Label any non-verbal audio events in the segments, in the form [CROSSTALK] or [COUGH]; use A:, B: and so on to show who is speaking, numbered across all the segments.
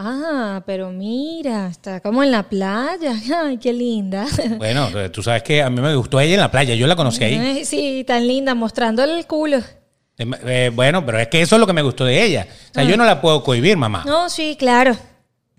A: Ah, pero mira, está como en la playa. [LAUGHS] Ay, qué linda.
B: Bueno, eh, tú sabes que a mí me gustó ella en la playa, yo la conocí ahí.
A: [LAUGHS] Ay, Sí, tan linda, mostrando el culo.
B: Eh, bueno, pero es que eso es lo que me gustó de ella. O sea, yo no la puedo cohibir, mamá.
A: No, sí, claro.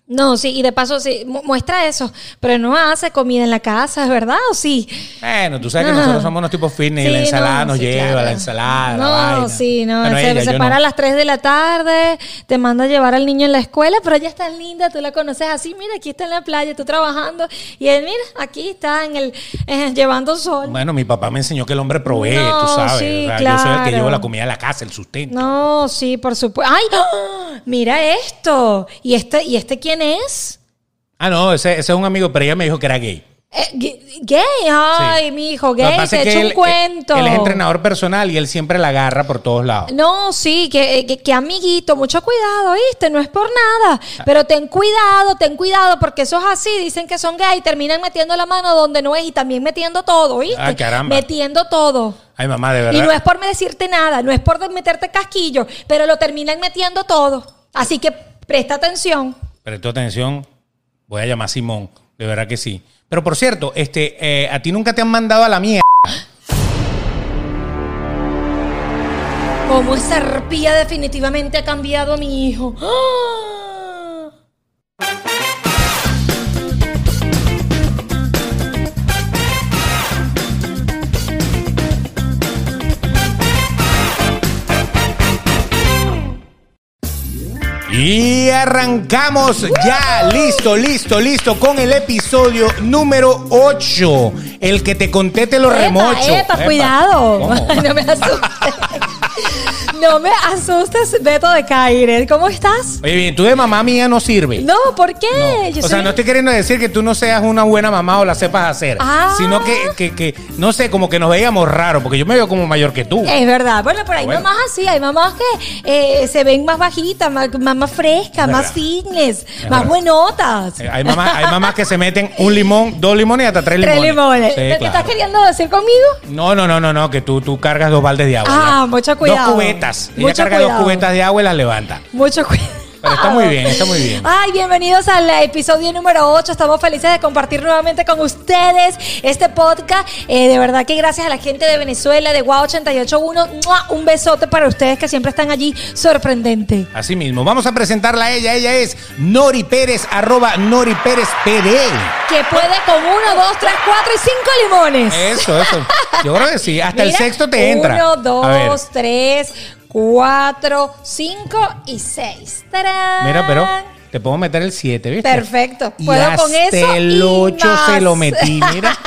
A: No, sí, y de paso, sí, mu- muestra eso. Pero no hace comida en la casa, ¿verdad? ¿O sí?
B: Bueno, tú sabes que
A: Ajá.
B: nosotros somos unos tipos fitness y
A: Sí,
B: la ensalada
A: no,
B: nos
A: sí,
B: lleva,
A: claro.
B: la ensalada.
A: No,
B: la vaina.
A: sí, no.
B: Pero
A: se,
B: ella,
A: se
B: yo
A: para
B: no.
A: a las 3 de la tarde, te manda a llevar al niño en la escuela, pero ella es tan linda, tú la conoces así, mira, aquí está en la playa, tú trabajando, y él, mira, aquí está en el, eh, llevando sol.
B: Bueno, mi papá me enseñó que el hombre provee,
A: No,
B: tú sabes.
A: sí,
B: O sea, Yo soy el que
A: claro.
B: llevo la comida a la casa, el sustento.
A: No, sí, por supuesto. ¡Ay! ¡Ah! Mira esto. ¿Y este, ¿y este quién es?
B: Ah, no, ese, ese es un amigo, pero ella me dijo que era gay.
A: Eh, gu- gay, ay,
B: Sí.
A: mi hijo,
B: Lo que
A: gay, te
B: pasa es que
A: echo un
B: él- eh,
A: cuento.
B: Él es entrenador personal y él siempre la agarra por todos lados.
A: No, sí, que, eh, que- que amiguito, mucho cuidado, ¿viste? No es por nada.
B: Ah.
A: Pero ten cuidado, ten cuidado, porque eso es así. Dicen que son gay, terminan metiendo la mano donde no es y también metiendo todo, ¿viste?
B: Ah, caramba.
A: Metiendo todo.
B: Ay, mamá, de
A: Y
B: verdad.
A: no es por me decirte nada, no es por de- meterte casquillo, pero lo terminan metiendo todo. Así que presta atención.
B: Prestó atención, voy a llamar a Simón, de verdad que sí. Pero por cierto, este, eh, a ti nunca te han mandado a la mierda.
A: Cómo esa arpía definitivamente ha cambiado a mi hijo. ¡Ah!
B: Y arrancamos ya, listo, listo, listo, con el episodio número 8. El que te conté te lo
A: Epa,
B: remocho.
A: epa, cuidado.
B: ¿Cómo?
A: [LAUGHS] No me asustes. no me asustes, Beto de Caire. ¿Cómo estás?
B: Oye, bien, tú de mamá mía no sirve.
A: No, ¿por qué? Yo
B: o
A: soy
B: sea, no
A: una-
B: estoy queriendo decir que tú no seas una buena mamá o la sepas hacer,
A: Ah.
B: sino que, que- que, no sé, como que nos veíamos raro, porque yo me veo como mayor que tú.
A: Es verdad. Bueno, pero hay
B: Bueno.
A: mamás así. Hay mamás que eh, se ven más bajitas, más, más- más frescas, más
B: verdad.
A: fitness,
B: Es
A: más
B: verdad.
A: buenotas.
B: Eh, Hay mamás, hay mamás que se meten un limón, dos limones y hasta tres limones.
A: Tres limones.
B: Sí,
A: ¿Qué
B: claro.
A: estás queriendo decir conmigo?
B: No, no, no, no, no, que tú, tú cargas dos baldes de agua.
A: Ah,
B: ¿no?
A: mucho cuidado.
B: Dos cubetas. Ella
A: Mucho
B: carga dos
A: cuidado.
B: cubetas de agua y las levanta.
A: Mucho cuidado.
B: Pero está muy bien, está muy bien.
A: Ay, bienvenidos al episodio número 8. Estamos felices de compartir nuevamente con ustedes este podcast. Eh, de verdad que gracias a la gente de Venezuela, de Guau 881. ¡mua! Un besote para ustedes que siempre están allí sorprendente.
B: Así mismo. Vamos a presentarla a ella. Ella es Nori Pérez, arroba Nori Pérez E. PD.
A: Que puede con uno, dos, tres, cuatro y cinco limones.
B: Eso, eso. Yo creo que sí. Eh, Hasta el
A: Mira,
B: sexto te entra.
A: Uno,
B: A ver.
A: dos, tres, cuatro, cinco y seis. ¡Tarán!
B: Mira, pero te puedo meter el 7, ¿viste?
A: Perfecto.
B: Y
A: Puedo con
B: hasta
A: eso y
B: el 8 se
A: más.
B: lo metí, mira.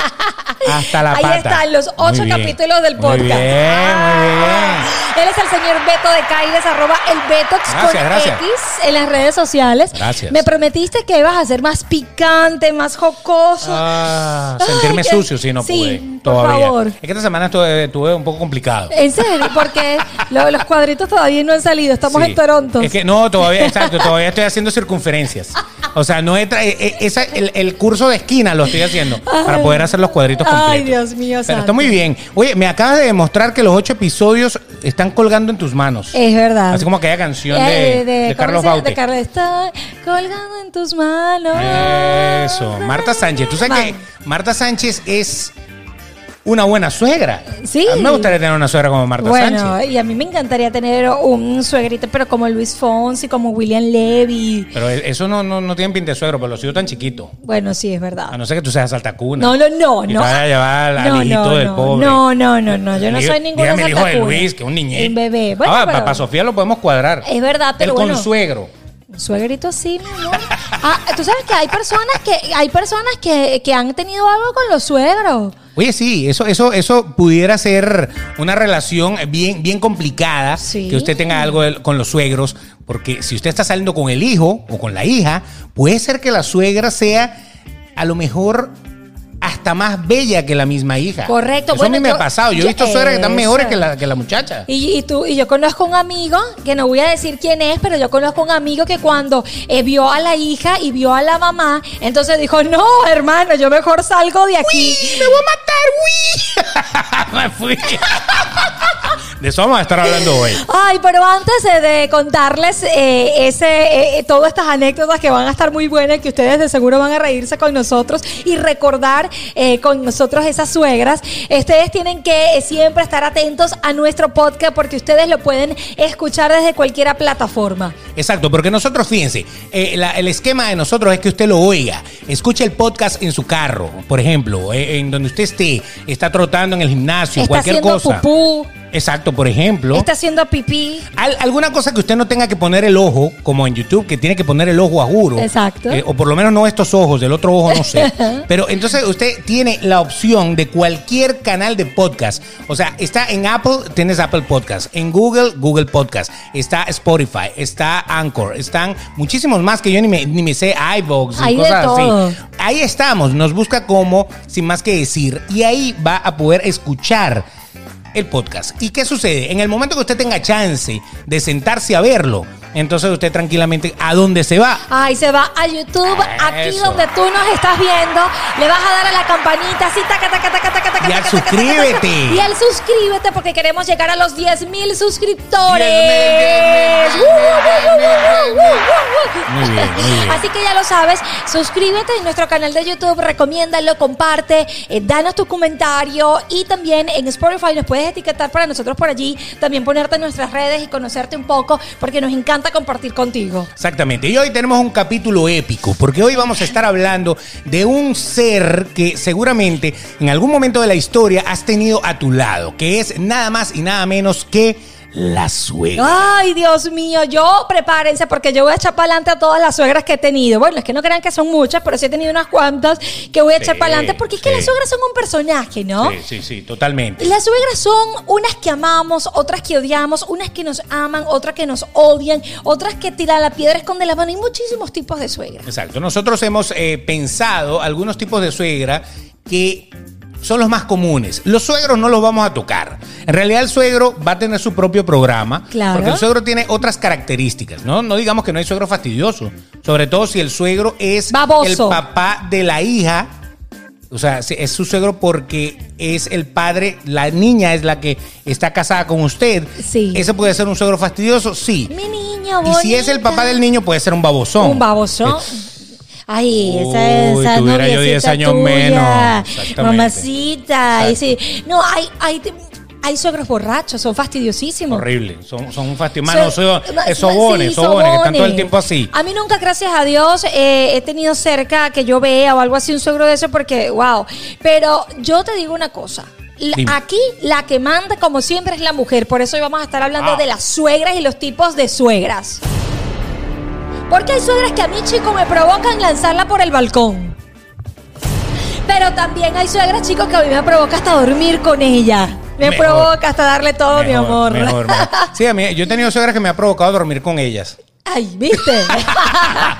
B: Hasta la
A: Ahí
B: pata.
A: están los
B: Muy
A: ocho
B: bien.
A: capítulos del podcast.
B: Muy bien, muy bien.
A: Ah, Él es el señor Beto de Caires, arroba el Betox con
B: Gracias, gracias.
A: X en las redes sociales.
B: Gracias.
A: Me prometiste que ibas a ser más picante, más jocoso.
B: Ah,
A: Ay,
B: sentirme
A: que-
B: sucio si no
A: sí,
B: pude.
A: por
B: Todavía.
A: favor. Eh,
B: Es que esta semana estuve, estuve un poco complicado.
A: En serio,
B: [LAUGHS]
A: porque lo- los cuadritos todavía no han salido. Estamos
B: Sí.
A: en Toronto.
B: Es que no, todavía, exacto, todavía estoy haciendo circunferencias. O sea, no he tra- eh, eh, esa- el, el curso de esquina lo estoy haciendo para poder hacer los cuadritos completos.
A: Ay, Dios mío,
B: Pero
A: santo.
B: está muy bien. Oye, me acabas de demostrar que los ocho episodios están colgando en tus manos.
A: Es verdad.
B: Así como aquella canción de,
A: Eh,
B: de
A: ¿cómo
B: Carlos
A: se llama?
B: Baute.
A: De Carlos está colgando en tus manos.
B: Eso, Marta Sánchez. Tú sabes
A: Ma-
B: que Marta Sánchez es una buena suegra.
A: Sí.
B: A mí me gustaría tener una suegra como Marta
A: bueno, eh.
B: Sánchez.
A: y a mí me encantaría tener un suegrito, pero como Luis Fonsi, como William Levy.
B: Pero e- eso no, no, no tiene pinta de suegro, pero los hijos tan chiquitos.
A: Bueno, sí, es
B: A
A: verdad.
B: Ah, no ser que tú seas saltacuna.
A: No, no, no,
B: Y te
A: no.
B: vas a llevar al
A: No,
B: hijito
A: no,
B: del
A: no,
B: pobre.
A: no, no, no, no, yo no soy ninguna
B: Dígame el hijo de
A: saltacuna.
B: Luis, que es un niñez.
A: Un bebé. Bueno,
B: ah,
A: pero-
B: papá Sofía lo podemos cuadrar.
A: Es verdad, pero
B: El
A: bueno.
B: consuegro.
A: Un suegrito así, mi amor. Ah, tú sabes que hay personas que hay personas que, que han tenido algo con los suegros.
B: Oye, sí, eso, eso, eso pudiera ser una relación bien, bien complicada.
A: Sí.
B: Que usted tenga algo del- con los suegros. Porque si usted está saliendo con el hijo o con la hija, puede ser que la suegra sea a lo mejor hasta más bella que la misma hija.
A: Correcto,
B: Eso
A: bueno,
B: a mí me
A: yo-
B: ha pasado. Yo,
A: yo-
B: he visto suegras que están mejores
A: eso.
B: que la, que la muchacha. [LAUGHS]
A: Y, y tú, y yo conozco un amigo, que no voy a decir quién es, pero yo conozco un amigo que cuando eh, vio a la hija y vio a la mamá, entonces dijo, no, hermano, yo mejor salgo de aquí.
B: ¡Me voy a matar! ¡Uy! Me fui. Ah, [LAUGHS] De eso vamos a estar hablando hoy.
A: Ay, pero antes eh, de contarles eh, ese, eh, todas estas anécdotas que van a estar muy buenas, que ustedes de seguro van a reírse con nosotros y recordar eh, con nosotros esas suegras, ustedes tienen que eh, siempre estar atentos a nuestro podcast porque ustedes lo pueden escuchar desde cualquier plataforma.
B: Exacto, porque nosotros, fíjense, eh, la- el esquema de nosotros es que usted lo oiga, escuche el podcast en su carro, por ejemplo, eh, en donde usted esté, está trotando en el gimnasio,
A: Está
B: cualquier
A: haciendo
B: cosa.
A: pupú.
B: Exacto, por ejemplo.
A: Está haciendo pipí.
B: Al- alguna cosa que usted no tenga que poner el ojo, como en YouTube, que tiene que poner el ojo a juro.
A: Exacto.
B: Eh, o por lo menos no estos ojos, del otro ojo
A: [LAUGHS]
B: no sé. Pero entonces usted tiene la opción de cualquier canal de podcast. O sea, está en Apple, tienes Apple Podcast. En Google, Google Podcast. Está Spotify, está Anchor, están muchísimos más que yo ni me, ni me sé, iVoox y
A: Hay de
B: cosas
A: todo.
B: así. Ahí estamos, nos busca como sin más que decir y ahí va a poder escuchar el podcast. ¿Y qué sucede? En el momento que usted tenga chance de sentarse a verlo, entonces usted tranquilamente a dónde se va.
A: Ay, se va a YouTube,
B: Ah,
A: aquí
B: eso.
A: donde tú nos estás viendo, le vas a dar a la campanita, así taca, taca, taca, taca, taca,
B: Y
A: taca,
B: al
A: taca,
B: suscríbete.
A: taca, taca. Y al suscríbete porque queremos llegar a los 10 mil suscriptores.
B: 10.000, 10.000, 10.000,
A: Uh, uh, uh, uh, uh, uh, uh.
B: Muy bien, muy bien.
A: Así que ya lo sabes, suscríbete en nuestro canal de YouTube, recomiéndalo, comparte, eh, danos tu comentario y también en Spotify nos puedes etiquetar para nosotros por allí, también ponerte en nuestras redes y conocerte un poco porque nos encanta compartir contigo.
B: Exactamente. Y hoy tenemos un capítulo épico, porque hoy vamos a estar hablando de un ser que seguramente en algún momento de la historia has tenido a tu lado, que es nada más y nada menos que la suegra.
A: Ay, Dios mío, yo prepárense porque yo voy a echar para adelante a todas las suegras que he tenido. Bueno, es que no crean que son muchas, pero sí he tenido unas cuantas que voy a echar
B: Sí,
A: para adelante porque es que
B: sí.
A: las suegras son un personaje, ¿no?
B: Sí, sí, sí, totalmente.
A: Las suegras son unas que amamos, otras que odiamos, unas que nos aman, otras que nos odian, otras que tiran la piedra, esconde la mano. Hay muchísimos tipos de suegras.
B: Exacto. Nosotros hemos eh, pensado algunos tipos de suegra que son los más comunes. Los suegros no los vamos a tocar. En realidad el suegro va a tener su propio programa.
A: Claro.
B: Porque el suegro tiene otras características, ¿no? No digamos que no hay suegro fastidioso. Sobre todo si el suegro es
A: Baboso.
B: el papá de la hija. O sea, si- es su suegro porque es el padre, la niña es la que está casada con usted.
A: Sí.
B: ¿Ese puede ser un suegro fastidioso? Sí.
A: Mi niña,
B: Y
A: bonita.
B: si es el papá del niño, puede ser un babosón.
A: Un babosón. Ay, esa,
B: Eh, Uy,
A: esa
B: tuviera yo 10
A: noviecita
B: años
A: tuya.
B: menos. Exactamente.
A: Mamacita. y
B: Exacto.
A: sí. No, hay, hay, hay suegros borrachos, son fastidiosísimos.
B: Horrible. Son, son un fastidio. Mano,
A: Son-
B: son,
A: Mm. sí,
B: es eh, sobones, sobones, que están todo el tiempo así.
A: A mí nunca, gracias a Dios, eh, he tenido cerca que yo vea o algo así un suegro de eso porque, wow. Pero yo te digo una cosa. La-
B: Dime.
A: Aquí la que manda, como siempre, es la mujer. Por eso hoy vamos a estar hablando
B: Ah.
A: de las suegras y los tipos de suegras. Porque hay suegras que a mí, chico, me provocan lanzarla por el balcón. Pero también hay suegras, chicos, que a mí me provoca hasta dormir con ella. Me
B: Mejor.
A: provoca hasta darle todo, mi
B: Mejor,
A: amor. [LAUGHS]
B: mejor, mejor. Sí, a mí, yo he tenido suegras que me ha provocado dormir con ellas.
A: Ay, ¿viste? [LAUGHS]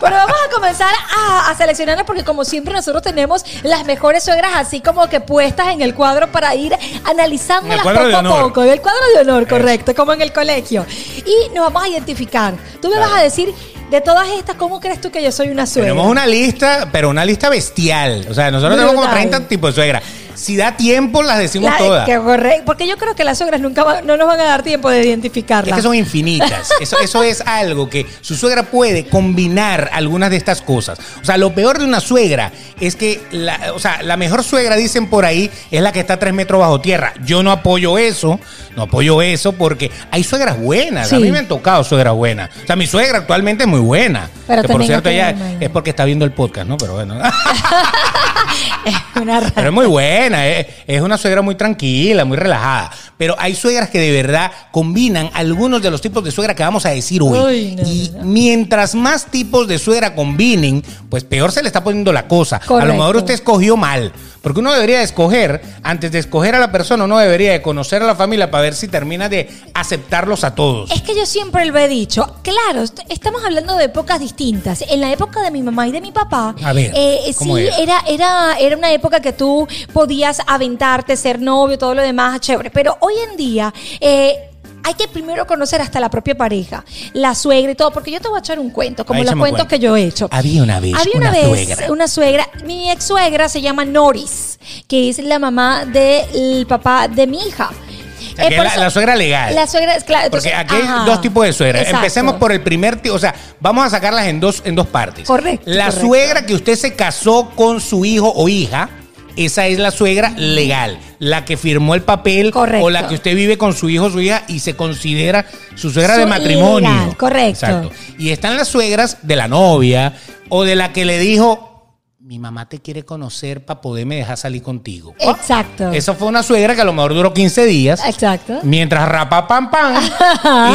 A: bueno, vamos a comenzar a, a seleccionarlas porque como siempre nosotros tenemos las mejores suegras así como que puestas en el cuadro para ir
B: En
A: analizándolas
B: el cuadro
A: poco
B: de
A: a
B: honor.
A: poco. En el cuadro de honor, correcto, como en el colegio. Y nos vamos a identificar. Tú me
B: Claro.
A: vas a decir, de todas estas, ¿cómo crees tú que yo soy una suegra?
B: Tenemos una lista, pero una lista bestial. O sea, nosotros tenemos como
A: Brutal.
B: 30 tipos de suegras. Si da tiempo, las decimos
A: La-
B: todas.
A: que corre- porque yo creo que las suegras nunca va- no nos van a dar tiempo de identificarlas.
B: Es que son infinitas. Eso, eso es algo que su suegra puede combinar algunas de estas cosas. O sea, lo peor de una suegra es que, la, o sea, la mejor suegra, dicen por ahí, es la que está tres metros bajo tierra. Yo no apoyo eso, no apoyo eso porque hay suegras buenas. A
A: Sí.
B: mí me han tocado suegras buenas. O sea, mi suegra actualmente es muy buena.
A: Pero
B: que por
A: también
B: cierto,
A: hay que
B: ella
A: tener-
B: es porque está viendo el podcast, ¿no? Pero bueno.
A: [LAUGHS]
B: [LAUGHS]
A: Una rata.
B: Pero es muy buena, es, es una suegra muy tranquila, muy relajada. Pero hay suegras que de verdad combinan algunos de los tipos de suegra que vamos a decir hoy.
A: Uy, no,
B: y
A: no,
B: mientras más tipos de suegra combinen, pues peor se le está poniendo la cosa. A lo
A: Correcto.
B: mejor usted escogió mal. Porque uno debería de escoger, antes de escoger a la persona, uno debería de conocer a la familia para ver si termina de aceptarlos a todos.
A: Es que yo siempre lo he dicho. Claro, est- estamos hablando de épocas distintas. En la época de mi mamá y de mi papá,
B: A ver,
A: eh,
B: ¿cómo
A: sí,
B: era?
A: era? Era, era una época que tú podías aventarte, ser novio, todo lo demás, chévere. Pero hoy en día... eh, hay que primero conocer hasta la propia pareja, la suegra y todo, porque yo te voy a echar un cuento, como
B: Ahí
A: los
B: échame
A: cuentos
B: cuento.
A: que yo he hecho.
B: Había una vez
A: Había una,
B: una
A: vez
B: suegra.
A: una suegra, mi ex suegra se llama Noris, que es la mamá del papá de mi hija. Eh,
B: sea, que
A: por
B: la-
A: eso-
B: la suegra legal.
A: La suegra, es- claro.
B: Porque
A: entonces,
B: aquí hay
A: ajá.
B: dos tipos de suegra.
A: Exacto.
B: Empecemos por el primer tipo. O sea, vamos a sacarlas en dos, en dos partes.
A: Correcto,
B: La
A: correcto.
B: suegra que usted se casó con su hijo o hija, esa es la suegra legal. La que firmó el papel
A: Correcto.
B: o la que usted vive con su hijo o su hija y se considera su suegra
A: Su
B: de matrimonio.
A: legal, correcto.
B: Exacto. Y están las suegras de la novia o de la que le dijo. Mi mamá te quiere conocer para poderme dejar salir contigo.
A: Exacto.
B: Eso fue una suegra que a lo mejor duró 15 días.
A: Exacto.
B: Mientras rapa pam pam.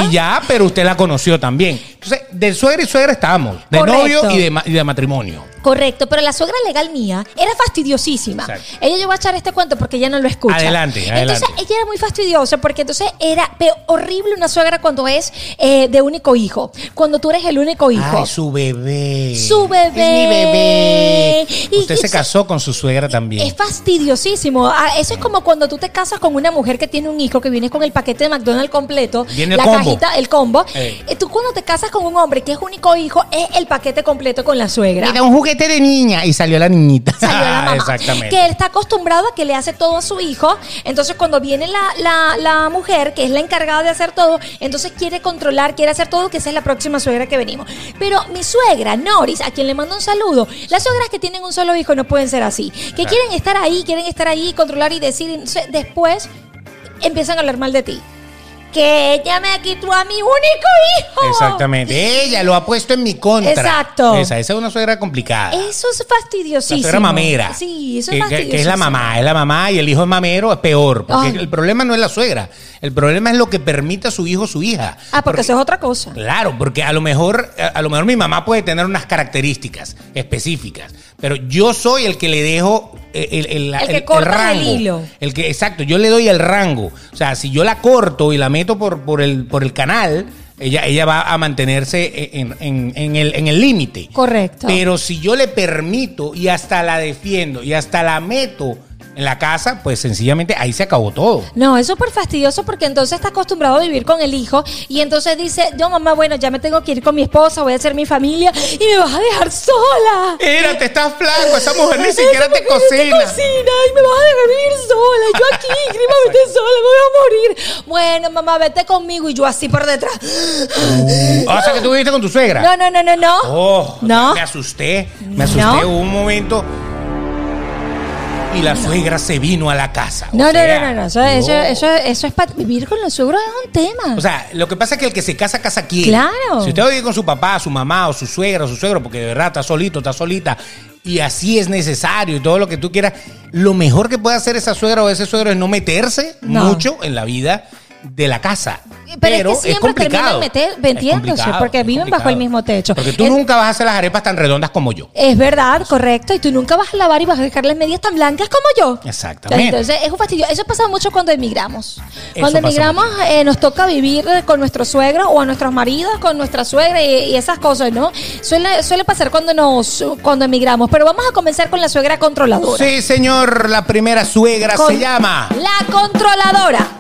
B: y ya, pero usted la conoció también. Entonces, de suegra y suegra estamos. De
A: Correcto.
B: novio y de, ma- y de matrimonio.
A: Correcto, pero la suegra legal mía era fastidiosísima.
B: Exacto.
A: Ella llegó a echar este cuento porque ella no lo escucha.
B: Adelante, adelante.
A: Entonces ella era muy fastidiosa porque entonces era pe- horrible una suegra cuando es eh, de único hijo, cuando tú eres el único hijo.
B: Ay, su bebé.
A: Su bebé.
B: Es mi bebé.
A: Y-
B: usted
A: y
B: se
A: se-
B: casó con su suegra también.
A: Es fastidiosísimo. Ah, Eso es como cuando tú te casas con una mujer que tiene un hijo que viene con el paquete de McDonald's completo,
B: Viene el
A: la
B: combo.
A: cajita, el combo.
B: Ey.
A: Eh, Tú cuando te casas con un hombre que es único hijo, es el paquete completo con la suegra.
B: Mira, un juguete de niña. Y salió la niñita. Ah,
A: salió la mamá.
B: Exactamente.
A: Que él está acostumbrado a que le hace todo a su hijo. Entonces, cuando viene la, la- la mujer, que es la encargada de hacer todo, entonces quiere controlar, quiere hacer todo, que esa es la próxima suegra que venimos. Pero mi suegra, Noris, a quien le mando un saludo, las suegras que tienen un solo hijo no pueden ser así. Que
B: Claro.
A: quieren estar ahí, quieren estar ahí, controlar y decir. y entonces, después empiezan a hablar mal de ti. Que ella me quitó a mi único hijo.
B: Exactamente. Ella lo ha puesto en mi contra.
A: Oh. Exacto.
B: Esa, esa es una suegra complicada.
A: Eso es
B: La
A: fastidiosísimo.
B: suegra mamera.
A: Sí, eso
B: que,
A: es
B: que-
A: fastidiosísimo.
B: que es la mamá, es la mamá y el hijo es mamero, es peor. Porque
A: Ay.
B: el problema no es la suegra. El problema es lo que permita su hijo o su hija.
A: Ah, porque, eso es otra cosa.
B: Claro, porque a lo mejor, a a lo mejor mi mamá puede tener unas características específicas, pero yo soy el que le dejo el, el- el-
A: El que
B: el- el
A: cortas el
B: rango.
A: hilo.
B: El que, exacto, yo le doy el rango. O sea, si yo la corto y la meto por, por el, por el canal, ella, ella va a mantenerse en, en- en el en el límite.
A: Correcto.
B: Pero si yo le permito y hasta la defiendo y hasta la meto en la casa, pues sencillamente ahí se acabó todo.
A: No, es súper fastidioso porque entonces está acostumbrado a vivir con el hijo y entonces dice, yo mamá, bueno, ya me tengo que ir con mi esposa, voy a hacer mi familia y me vas a dejar sola.
B: Era, te estás flaco, esa
A: [LAUGHS]
B: mujer ni
A: Esa
B: siquiera te
A: mujer no
B: cocina.
A: cocina y me vas a dejar vivir sola. Y Yo
B: [LAUGHS]
A: aquí, Grima, vete sola, me voy a morir. Bueno, mamá, vete conmigo y yo así por detrás.
B: Ah, O sea que tú viviste con tu suegra.
A: No, no, no, no, no.
B: Oh,
A: no.
B: me asusté, me asusté
A: No.
B: Hubo un momento. Y la suegra se vino a la casa. o
A: No, no,
B: sea,
A: no, no, no, Eso, eso,
B: no.
A: eso, eso es para vivir con los suegros es un tema.
B: O sea, lo que pasa es que el que se casa, casa quiere.
A: Claro.
B: Si usted vive con su papá, su mamá, o su suegra, o su suegro, porque de verdad está solito, está solita, y así es necesario y todo lo que tú quieras, lo mejor que puede hacer esa suegra o ese suegro es no meterse
A: No.
B: mucho en la vida de la casa.
A: Pero es
B: Pero,
A: que
B: es
A: siempre terminan
B: complicado.
A: meter-
B: Es
A: metiéndose,
B: complicado,
A: porque
B: es
A: viven bajo el
B: complicado.
A: mismo techo.
B: Porque tú
A: El-
B: nunca vas a hacer las arepas tan redondas como yo.
A: Es verdad, correcto. Y tú nunca vas a lavar y vas a dejar las medias tan blancas como yo.
B: Exactamente.
A: Entonces es un fastidio. Eso pasa mucho cuando emigramos. cuando
B: pasa
A: emigramos eh, nos toca vivir eh, con nuestros suegros o a nuestros maridos, con nuestra suegra y, y esas cosas, ¿no? Suele, suele pasar cuando nos cuando emigramos. Pero vamos a comenzar con la suegra controladora.
B: Sí, señor, la primera suegra
A: Con-
B: se llama.
A: La controladora.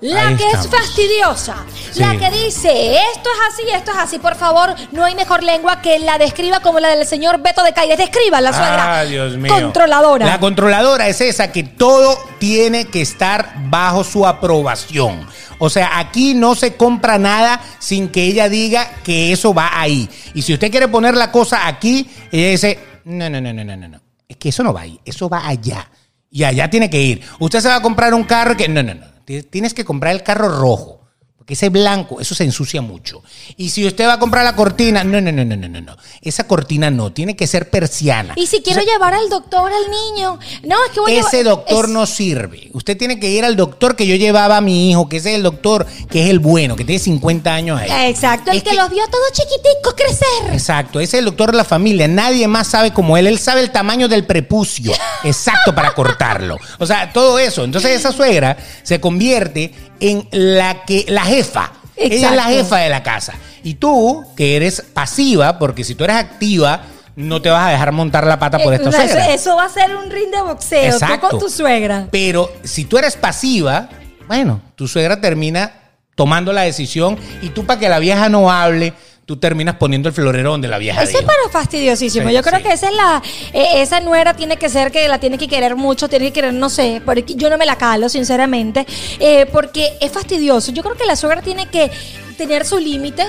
A: La
B: Ahí
A: que es
B: estamos.
A: fastidiosa, la
B: Sí.
A: que dice esto es así, esto es así, por favor, no hay mejor lengua que la describa como la del señor Beto de Caires. Describa la suegra
B: Ah, Dios mío.
A: controladora.
B: La controladora es esa que todo tiene que estar bajo su aprobación. O sea, aquí no se compra nada sin que ella diga que eso va ahí. Y si usted quiere poner la cosa aquí, ella dice, no, no, no, no, no, no, no. Es que eso no va ahí, eso va allá. Y allá tiene que ir. Usted se va a comprar un carro que, no, no, no. Tienes que comprar el carro rojo. Porque ese blanco, eso se ensucia mucho. Y si usted va a comprar la cortina, no, no, no, no, no, no, no. Esa cortina no, tiene que ser persiana.
A: y si quiero llevar al doctor al niño, no, es que voy a
B: Ese
A: llevar-
B: doctor
A: es-
B: no sirve. Usted tiene que ir al doctor que yo llevaba a mi hijo, que ese es el doctor que es el bueno, que tiene 50 años ahí.
A: Exacto, el
B: Es
A: que,
B: que-
A: los vio todos chiquiticos crecer.
B: Exacto, ese es el doctor de la familia. Nadie más sabe como él. Él sabe el tamaño del prepucio. Exacto, para cortarlo. O sea, todo eso. Entonces esa suegra se convierte en la que la jefa. Ella es la
A: Exacto.
B: jefa de la casa. Y tú, que eres pasiva, porque si tú eres activa, no te vas a dejar montar la pata por
A: Eh,
B: esta
A: eso,
B: suegra.
A: eso va a ser un ring de boxeo, tú con tu suegra.
B: Pero si tú eres pasiva, bueno, tu suegra termina tomando la decisión y tú para que la vieja no hable, tú terminas poniendo el florero donde la vieja
A: Eso es
B: dijo.
A: pero fastidiosísimo.
B: Sí,
A: Yo creo
B: sí.
A: que esa es la. eh, esa nuera tiene que ser que la tiene que querer mucho, tiene que querer, no sé. Porque yo no me la calo, sinceramente. eh, porque es fastidioso. Yo creo que la suegra tiene que tener su límite.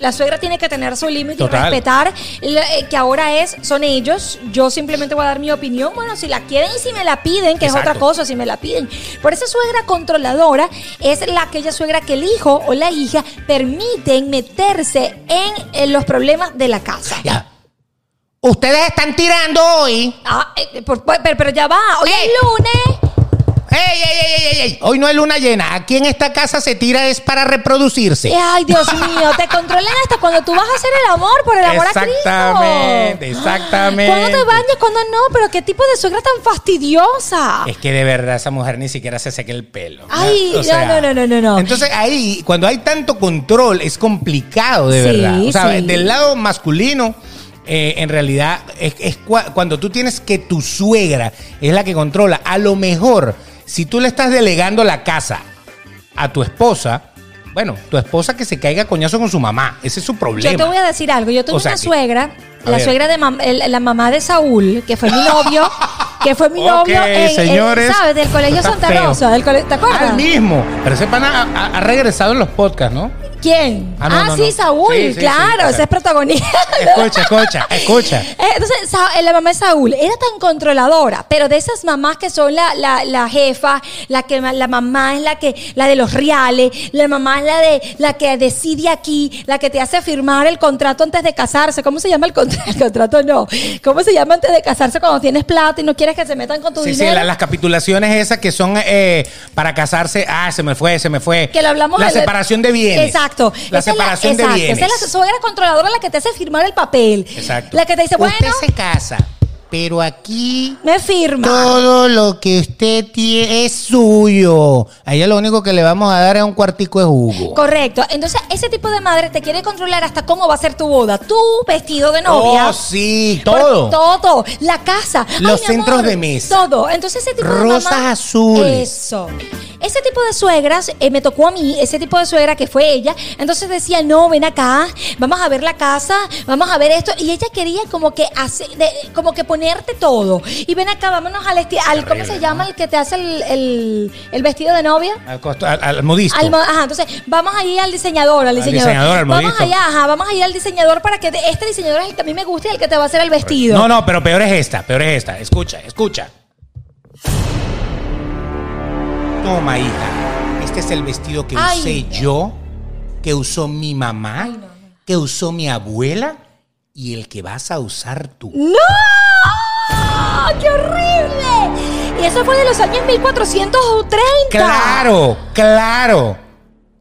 A: La suegra tiene que tener su límite y
B: Total.
A: respetar la- eh, que ahora es, son ellos. Yo simplemente voy a dar mi opinión. Bueno, si la quieren y si me la piden, que es
B: Exacto.
A: otra cosa, si me la piden. Por esa suegra controladora es la aquella suegra que el hijo o la hija permiten meterse en, eh, los problemas de la casa.
B: Ya. Ustedes están tirando hoy.
A: Ah, eh, por- por- pero, pero ya va, hoy es
B: Eh.
A: lunes.
B: ¡Ey, ey, ey, ey, ey, ey! Hoy no es luna llena. Aquí en esta casa se tira es para reproducirse.
A: Eh, Ay, Dios mío, te controlan hasta cuando tú vas a hacer el amor, por el amor a Cristo.
B: Exactamente, exactamente.
A: ¿Cuándo te bañas, cuándo no? Pero qué tipo de suegra tan fastidiosa.
B: Es que de verdad esa mujer ni siquiera se seque el pelo.
A: Ay,
B: O sea,
A: no, no, no, no, no.
B: Entonces ahí, cuando hay tanto control, es complicado de
A: Sí,
B: verdad. O sea,
A: sí.
B: del lado masculino, eh, en realidad, es, es cua- cuando tú tienes que tu suegra es la que controla. A lo mejor, si tú le estás delegando la casa a tu esposa, bueno, tu esposa que se caiga a coñazo con su mamá. Ese es su problema.
A: Yo te voy a decir algo. Yo tuve
B: O sea
A: una
B: que-
A: suegra,
B: a
A: la
B: ver.
A: suegra de mam- el- la mamá de Saúl, que fue mi
B: [LAUGHS]
A: novio, que fue mi
B: Ok,
A: novio en, en-
B: señores.
A: ¿sabes? Del colegio
B: Está
A: Santa
B: feo.
A: Rosa, del cole- ¿te acuerdas?
B: Al mismo. Pero ese pana ha, ha- ha regresado en los podcasts, ¿no?
A: ¿Quién?
B: Ah, no,
A: Ah,
B: no,
A: sí,
B: no.
A: Saúl,
B: Sí, sí, sí,
A: claro,
B: claro.
A: ese es protagonista.
B: Escucha, escucha, escucha.
A: Eh, Entonces, Sa- eh, la mamá de Saúl era tan controladora, pero de esas mamás que son la, la, la jefa, la que ma- la mamá es la que, la de los reales, la mamá es la de la que decide aquí, la que te hace firmar el contrato antes de casarse. ¿Cómo se llama el, contra- el contrato? No. ¿Cómo se llama antes de casarse cuando tienes plata y no quieres que se metan con tu
B: Sí, sí,
A: dinero?
B: la- las capitulaciones esas que son eh, para casarse. Ah, se me fue, se me fue.
A: Que lo hablamos
B: La
A: en el-
B: separación de bienes.
A: Exacto.
B: La
A: Esa es
B: separación
A: exacto,
B: de bienes.
A: Esa es la suegra controladora la que te hace firmar el papel.
B: Exacto.
A: La que te dice, bueno,
B: Usted se casa, pero aquí
A: me firma.
B: todo lo que usted tiene es suyo. A ella lo único que le vamos a dar es un cuartico de jugo.
A: Correcto. Entonces, ese tipo de madre te quiere controlar hasta cómo va a ser tu boda. Tu vestido de novia.
B: Oh, sí, todo.
A: Por- Todo. La casa.
B: Los
A: mi
B: centros de mesa.
A: Todo. Entonces, ese tipo de
B: Rosas
A: mamá-
B: azules.
A: Eso. Ese tipo de suegras, eh, me tocó a mí, ese tipo de suegra que fue ella. Entonces decía, no, ven acá, vamos a ver la casa, vamos a ver esto. Y ella quería como que hace, de- como que ponerte todo. Y ven acá, vámonos al, esti- al ¿cómo
B: Terrible,
A: se
B: ¿no?
A: llama el que te hace el, el- el vestido de novia?
B: Al, costo- al- al modisto.
A: Al mo- ajá, entonces vamos a ir al diseñador, al
B: Al
A: diseñador.
B: diseñador, al
A: vamos
B: modisto.
A: allá, ajá, vamos a ir al diseñador para que te- este diseñador es el que a mí me gusta y el que te va a hacer el vestido.
B: No, no, pero peor es esta, peor es esta. Escucha, escucha. Toma, hija. Este es el vestido que
A: Ay.
B: usé yo, que usó mi mamá,
A: Ay, no, no.
B: que usó mi abuela y el que vas a usar tú.
A: ¡No! ¡Ah, ¡Qué horrible! Y eso fue de los años 1430.
B: Claro, claro.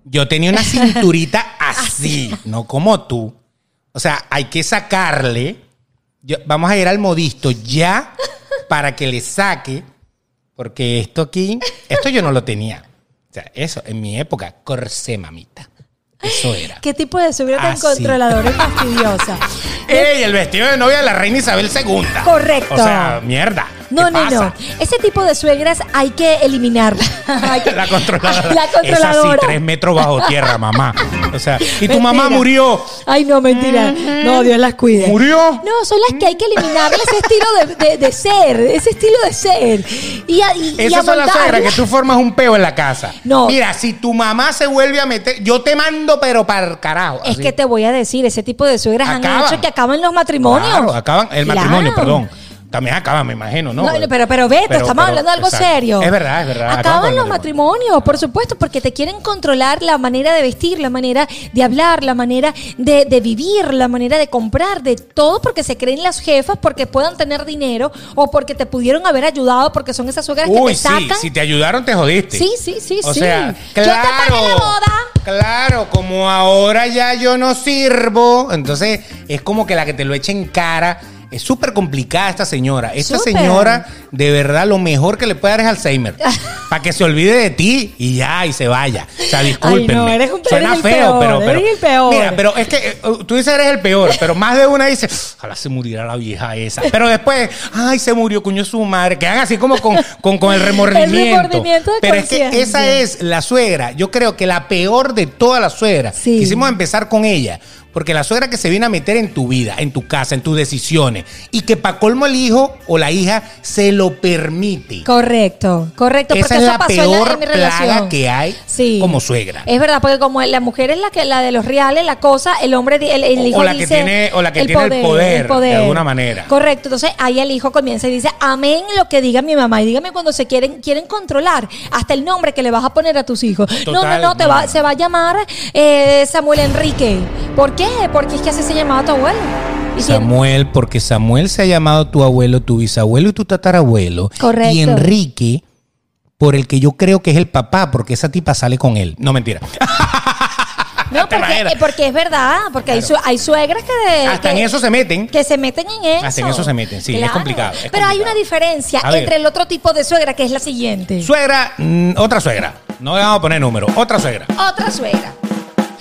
B: Yo tenía una cinturita así, no como tú. O sea, hay que sacarle. Yo- vamos a ir al modisto ya para que le saque, porque esto aquí, esto yo no lo tenía. O sea, eso, en mi época, corsé, mamita. Eso era.
A: ¿Qué tipo de suegra tan
B: Así.
A: controladora y
B: [LAUGHS]
A: fastidiosa?
B: ¡Ey! El vestido de novia de la reina Isabel II.
A: Correcto.
B: O sea, mierda. ¿Qué
A: No, no,
B: pasa?
A: no. Ese tipo de suegras hay que eliminarla. [LAUGHS] Hay que-
B: [LAUGHS] La controladora.
A: La
B: Es así,
A: controladora.
B: tres metros bajo tierra, mamá. O sea, y tu mamá
A: Mentira.
B: murió.
A: Ay, no, mentira. No, Dios las cuide.
B: ¿Murió?
A: No, son las que hay que eliminar ese estilo de, de- de ser, ese estilo de ser. Y, a- y, y
B: Esas son las
A: aguantar.
B: suegras que tú formas un peo en la casa.
A: No.
B: Mira, si tu mamá se vuelve a meter, yo te mando, pero para el carajo.
A: Es
B: Así.
A: que te voy a decir, ese tipo de suegras han
B: Acaban.
A: hecho que acaban los matrimonios.
B: Claro, acaban el
A: Claro.
B: matrimonio, perdón. También acaban, me imagino, ¿no?
A: No, no, pero, pero Beto,
B: Pero-
A: estamos
B: pero-
A: hablando de algo
B: exacto.
A: serio.
B: Es verdad, es verdad.
A: Acaban los
B: matrimonios.
A: matrimonios, por supuesto, porque te quieren controlar la manera de vestir, la manera de hablar, la manera de, de vivir, la manera de comprar, de todo porque se creen las jefas, porque puedan tener dinero o porque te pudieron haber ayudado, porque son esas suegras que
B: Uy,
A: te
B: sí,
A: sacan.
B: si te ayudaron, te jodiste.
A: Sí, sí, sí,
B: O
A: sí.
B: sea,
A: Yo te
B: claro.
A: pagué la boda.
B: Claro, como ahora ya yo no sirvo. Entonces, es como que la que te lo eche en cara. Es súper complicada esta señora. Esta
A: Súper.
B: señora, de verdad, lo mejor que le puede dar
A: [LAUGHS]
B: es Alzheimer. para que se olvide de ti y ya, y se vaya. O sea, discúlpenme.
A: Ay, no, eres un-
B: Suena
A: eres el peor,
B: feo, pero, pero-
A: eres el peor.
B: Mira, pero es que eh, tú dices eres el peor, pero más de una dice, ojalá se muriera la vieja esa. Pero después, ay, se murió, coño, su madre. Quedan así como con, con, con el remordimiento.
A: remordimiento de
B: pero es que esa
A: conciencia.
B: es la suegra. Yo creo que la peor de todas las suegras.
A: Sí.
B: Quisimos empezar con ella. Porque la suegra que se viene a meter en tu vida, en tu casa, en tus decisiones, y que para colmo el hijo o la hija se lo permite.
A: Correcto, correcto.
B: Esa es
A: eso
B: la
A: pasó en
B: peor
A: en mi
B: plaga
A: relación.
B: que hay como suegra.
A: Es verdad, porque como la mujer es la que la de los reales, la cosa, el hombre, di- el, el
B: O- o
A: hijo
B: la que
A: dice
B: tiene- o la que tiene el poder, de alguna manera.
A: Correcto, entonces ahí el hijo comienza y dice, amén lo que diga mi mamá y dígame cuando se quieren quieren controlar hasta el nombre que le vas a poner a tus hijos. no, no,
B: Total,
A: no, te
B: no.
A: va, se va a llamar eh, Samuel Enrique. ¿Por qué? Porque es que así se llamaba tu abuelo. Y tiene-
B: Samuel, porque Samuel se ha llamado tu abuelo, tu bisabuelo y tu tatarabuelo.
A: Correcto.
B: Y Enrique, por el que yo creo que es el papá, porque esa tipa sale con él. No,
A: [LAUGHS]
B: mentira.
A: Este No, porque,
B: Te imaginas.
A: eh, porque es verdad, porque hay, su- hay suegras que, de-
B: Hasta en
A: que-
B: eso se meten.
A: que se meten en eso.
B: Hasta en eso se meten, sí, es complicado, es
A: Pero hay
B: complicado.
A: una diferencia
B: A ver.
A: entre el otro tipo de suegra, que es la siguiente.
B: Suegra, mm, otra suegra. No le vamos a poner número. Otra suegra.
A: Otra suegra.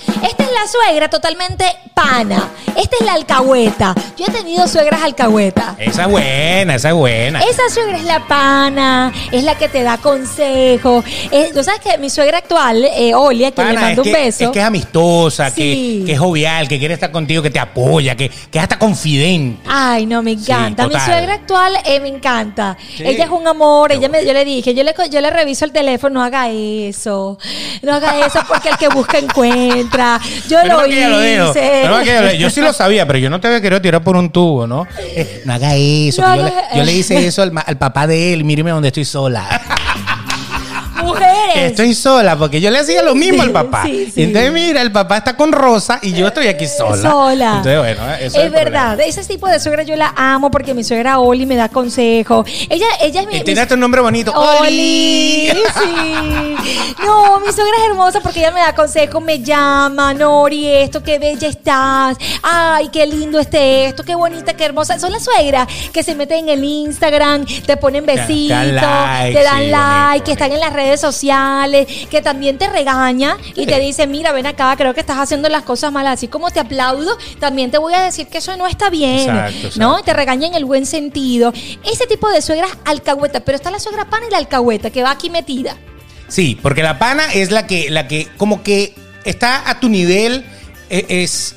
A: Esta es la suegra totalmente pana. Esta es la alcahueta. Yo he tenido suegras alcahuetas.
B: Esa es buena, esa es buena.
A: Esa suegra es la pana, es la que te da consejos. Eh, Tú sabes que mi suegra actual, eh, Olia, que le
B: Pana,
A: mando
B: es,
A: un
B: que,
A: beso.
B: es que es amistosa,
A: Sí.
B: que, que es jovial, que quiere estar contigo, que te apoya, que, que es hasta confidente.
A: Ay, no, me encanta. Mi
B: total.
A: suegra actual eh, me encanta.
B: Sí.
A: Ella es un amor. Ella
B: Qué
A: me, yo le dije, yo le, co- yo le reviso el teléfono, no haga eso. No haga eso porque el que busca encuentra. Yo
B: Menos
A: lo
B: mal que ella dijo.
A: hice.
B: Menos mal que ella lo- Yo
A: [LAUGHS]
B: sí lo sabía, pero yo no te había querido tirar por un tubo, ¿no? Eh, no haga eso.
A: No
B: que yo, le,
A: haga-
B: yo le hice eso al, ma- al papá de él. Míreme donde
A: [LAUGHS]
B: estoy sola. [LAUGHS]
A: Mujeres.
B: Estoy sola porque yo le hacía lo mismo
A: Sí,
B: al papá.
A: sí, sí.
B: Entonces, mira, el papá está con Rosa y yo estoy aquí sola.
A: Sola.
B: Entonces, bueno, eso
A: es,
B: el problema.
A: verdad. Ese tipo de suegra yo la amo porque mi suegra Oli me da consejo. Ella, ella es mi.
B: Y
A: mi-
B: tiene hasta un nombre bonito.
A: Oli, sí.
B: [LAUGHS]
A: No, mi suegra es hermosa porque ella me da consejos, me llama, Nori, esto, qué bella estás, ay, qué lindo este esto, qué bonita, qué hermosa. Son las suegras que se meten en el Instagram, te ponen
B: dan
A: besitos, te dan like,
B: like, sí, bonito,
A: que están
B: bonito.
A: en las redes sociales, que también te regaña y te dice, mira, ven acá, creo que estás haciendo las cosas mal, así como te aplaudo, también te voy a decir que eso no está bien,
B: Exacto, exacto.
A: ¿no? te regaña en el buen sentido. Ese tipo de suegras alcahueta, pero está la suegra pana y la alcahueta que va aquí metida.
B: Sí, porque la pana es la que, la que como que está a tu nivel, e- es...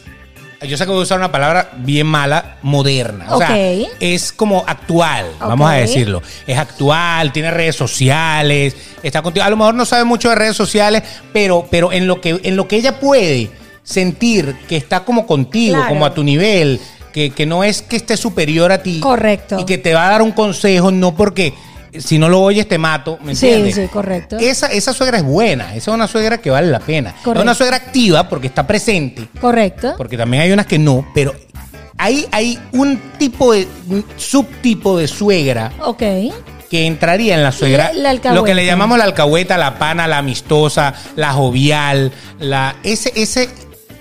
B: Yo sé que voy a usar una palabra bien mala, moderna. O sea,
A: Ok.
B: es como actual, vamos a
A: Ok.
B: decirlo. Es actual, tiene redes sociales, está contigo. A lo mejor no sabe mucho de redes sociales, pero, pero en, lo que, en lo que ella puede sentir que está como contigo,
A: Claro.
B: como a tu nivel, que, que no es que esté superior a ti.
A: Correcto.
B: Y que te va a dar un consejo, no porque si no lo oyes te mato, ¿me
A: Sí,
B: entiendes?
A: sí, correcto.
B: Esa, esa suegra es buena, esa es una suegra que vale la pena.
A: Correcto.
B: Es una suegra activa porque está presente,
A: Correcto.
B: porque también hay unas que no, pero hay, hay un tipo de, un subtipo de suegra
A: Ok.
B: que entraría en la suegra,
A: La- la alcahueta.
B: lo que le llamamos la alcahueta, la pana, la amistosa, la jovial, la ese ese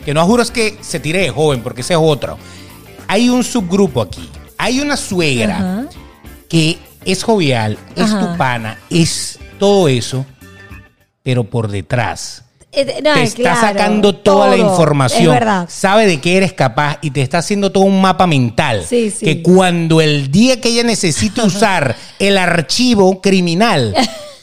B: que no juro es que se tire de joven porque ese es otro. Hay un subgrupo aquí. Hay una suegra
A: Ajá.
B: que es jovial, es
A: Ajá.
B: tu pana, es todo eso, pero por detrás
A: Eh, de- no,
B: te está
A: claro,
B: sacando toda la
A: todo.
B: información.
A: Es verdad.
B: Sabe de qué eres capaz y te está haciendo todo un mapa mental.
A: Sí, sí.
B: Que cuando el día que ella
A: [LAUGHS]
B: necesite usar el archivo criminal.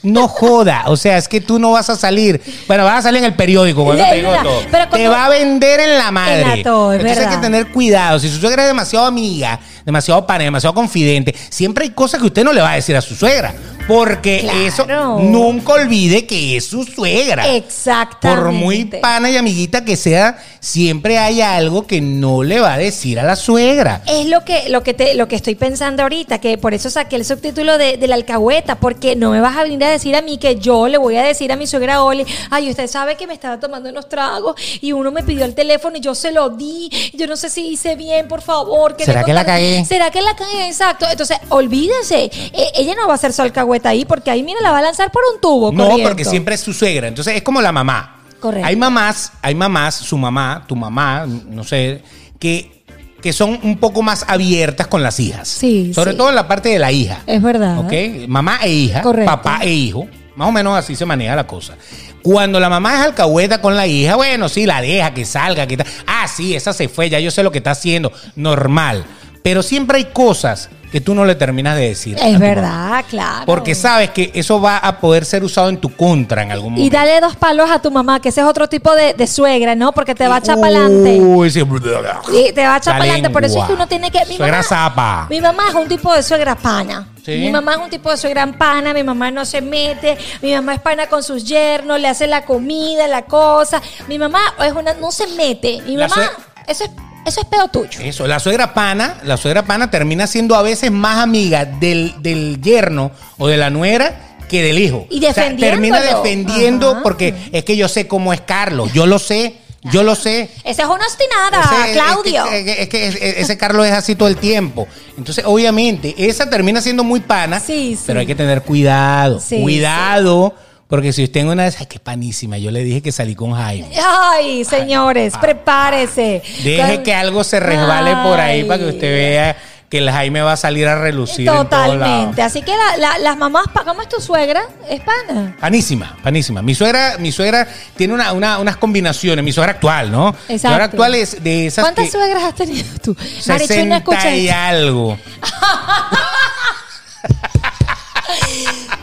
B: No joda, o sea, es que tú no vas a salir. Bueno, vas a salir en el periódico, bueno,
A: Es
B: te digo
A: verdad,
B: todo.
A: pero
B: Te
A: cuando-
B: va a vender en la madre.
A: En la todo, es
B: Entonces hay que
A: verdad.
B: tener cuidado. Si su suegra es demasiado amiga, demasiado pana, demasiado confidente, siempre hay cosas que usted no le va a decir a su suegra. Porque
A: Claro.
B: eso nunca olvide que es su suegra.
A: Exactamente.
B: Por muy pana y amiguita que sea, siempre hay algo que no le va a decir a la suegra.
A: Es lo que, lo que te, lo que estoy pensando ahorita, que por eso saqué el subtítulo de, de la alcahueta, porque no me vas a venir a decir a mí que yo le voy a decir a mi suegra Oli, ay, usted sabe que me estaba tomando unos tragos y uno me pidió el teléfono y yo se lo di, yo no sé si hice bien, por favor.
B: ¿Será
A: le
B: que la
A: contaron-
B: cagué?
A: ¿Será que la cagué? Exacto. Entonces, olvídense, eh, ella no va a hacer su alcahueta ahí, porque ahí, mira, la va a lanzar por un tubo.
B: No,
A: corriendo.
B: porque siempre es su suegra. Entonces es como la mamá.
A: Correcto.
B: Hay mamás, hay mamás, su mamá, tu mamá, no sé, que, que son un poco más abiertas con las hijas.
A: Sí,
B: Sobre
A: sí.
B: todo en la parte de la hija.
A: Es verdad.
B: ¿Ok? Mamá e hija,
A: Correcto.
B: papá e hijo. Más o menos así se maneja la cosa. Cuando la mamá es alcahueta con la hija, bueno, sí, la deja que salga, que tal. Ah, sí, esa se fue, ya yo sé lo que está haciendo. Normal. Pero siempre hay cosas que tú no le terminas de decir. a
A: Es
B: tu
A: verdad,
B: mamá.
A: claro.
B: Porque sabes que eso va a poder ser usado en tu contra en algún
A: Y
B: momento.
A: dale dos palos a tu mamá, que ese es otro tipo de, de suegra, ¿no? Porque te va a
B: Uh.
A: echar pa'lante.
B: Uy, sí.
A: Y te va a echar
B: La
A: pa'lante. Por eso es que
B: lengua.
A: uno tiene que. Mi
B: Suegra
A: mamá,
B: zapa.
A: mi mamá es un tipo de suegra pana.
B: Sí.
A: Mi mamá es un tipo de suegra pana, mi mamá no se mete, mi mamá es pana con sus yernos, le hace la comida, la cosa. Mi mamá es una, no se mete. Mi
B: La
A: mamá,
B: suegra-
A: eso es, eso es pedo tuyo.
B: Eso, la suegra pana, la suegra pana termina siendo a veces más amiga del, del yerno o de la nuera que del hijo.
A: Y
B: O sea, termina
A: defendiéndolo.
B: defendiendo
A: Ajá.
B: porque es que yo sé cómo es Carlos, yo lo sé, yo lo sé.
A: Esa es una obstinada,
B: Ese-
A: Claudio.
B: Es que, es que- es que ese Carlos es así todo el tiempo. Entonces, obviamente, esa termina siendo muy pana.
A: Sí, sí.
B: Pero hay que tener cuidado.
A: Sí,
B: cuidado. Porque si usted en una vez, ay, qué panísima. Yo le dije que salí con Jaime.
A: Ay, señores, prepárese.
B: Deje
A: Con-
B: que algo se resbale por ahí para que usted
A: Ay.
B: vea que el Jaime va a salir a relucir. En todo
A: Totalmente.
B: lado.
A: Así que la- la- las mamás, pa- ¿cómo es tu suegra? Es pana.
B: Panísima, panísima. Mi suegra, mi suegra tiene una- una- unas combinaciones. Mi suegra actual, ¿no? Mi
A: Exacto.
B: suegra actual es de esas
A: ¿Cuántas
B: que
A: suegras has tenido tú? Marichu, no
B: 60
A: escucha
B: y
A: esto.
B: algo.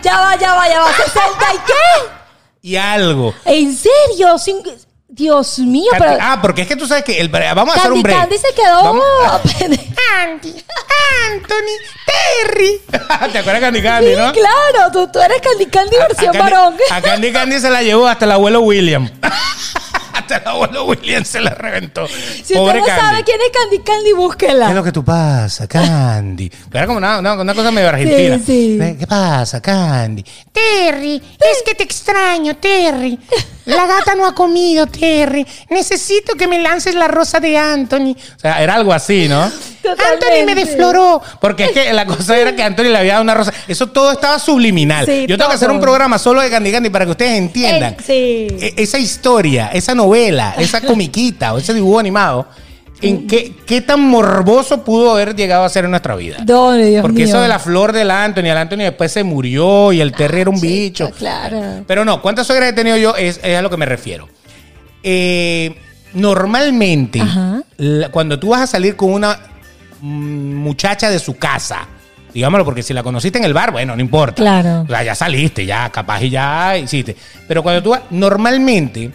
A: Ya va, ya va, ya va. ¿60 y qué?
B: Y algo.
A: ¿En serio? Cin- Dios mío,
B: Candy-
A: pero.
B: ah, porque es que tú sabes que el, vamos a hacer
A: Candy
B: un break.
A: Candy se quedó.
B: Vamos-
A: Candy.
B: Anthony Terry. [LAUGHS] ¿Te acuerdas de Candy Candy,
A: Sí,
B: no?
A: claro, tú, tú eres Candy Candy
B: A- a
A: versión
B: Candy-
A: varón.
B: A Candy Candy se la llevó hasta el
A: [LAUGHS]
B: abuelo William. hasta el abuelo William se la reventó.
A: Si usted no sabe quién es Candy Candy,
B: ¿Qué es
A: búsquela.
B: lo que tú pasa, Candy? Pero era como una, una- una cosa medio argentina.
A: sí.
B: ¿Qué pasa, Candy?
C: Terry, es que te extraño, Terry. La gata no ha comido, Terry. Necesito que me lances la rosa de Anthony.
B: O sea, era algo así, ¿no?
A: Totalmente.
C: Anthony me desfloró.
B: Porque es que la cosa era que Anthony le había dado una rosa. Eso todo estaba subliminal.
A: Sí,
B: Yo tengo que hacer
A: todo.
B: un programa solo de Candy Candy para que ustedes entiendan.
A: En- sí.
B: E- Esa historia, esa novela, esa comiquita o ese dibujo animado, ¿en qué, qué tan morboso pudo haber llegado a ser en nuestra vida?
A: Don, Dios mío.
B: Porque
A: Ah,
B: eso de la flor del Anthony, el Anthony después se murió y el Terry era un
A: chica,
B: bicho.
A: claro.
B: Pero no, ¿cuántas suegras he tenido yo? Es, es a lo que me refiero. Eh, normalmente,
A: Ajá.
B: la- cuando tú vas a salir con una mm, muchacha de su casa, digámoslo, porque si la conociste en el bar, bueno, no importa.
A: Claro.
B: O sea, ya saliste, ya, capaz y ya hiciste. Pero cuando tú vas, normalmente,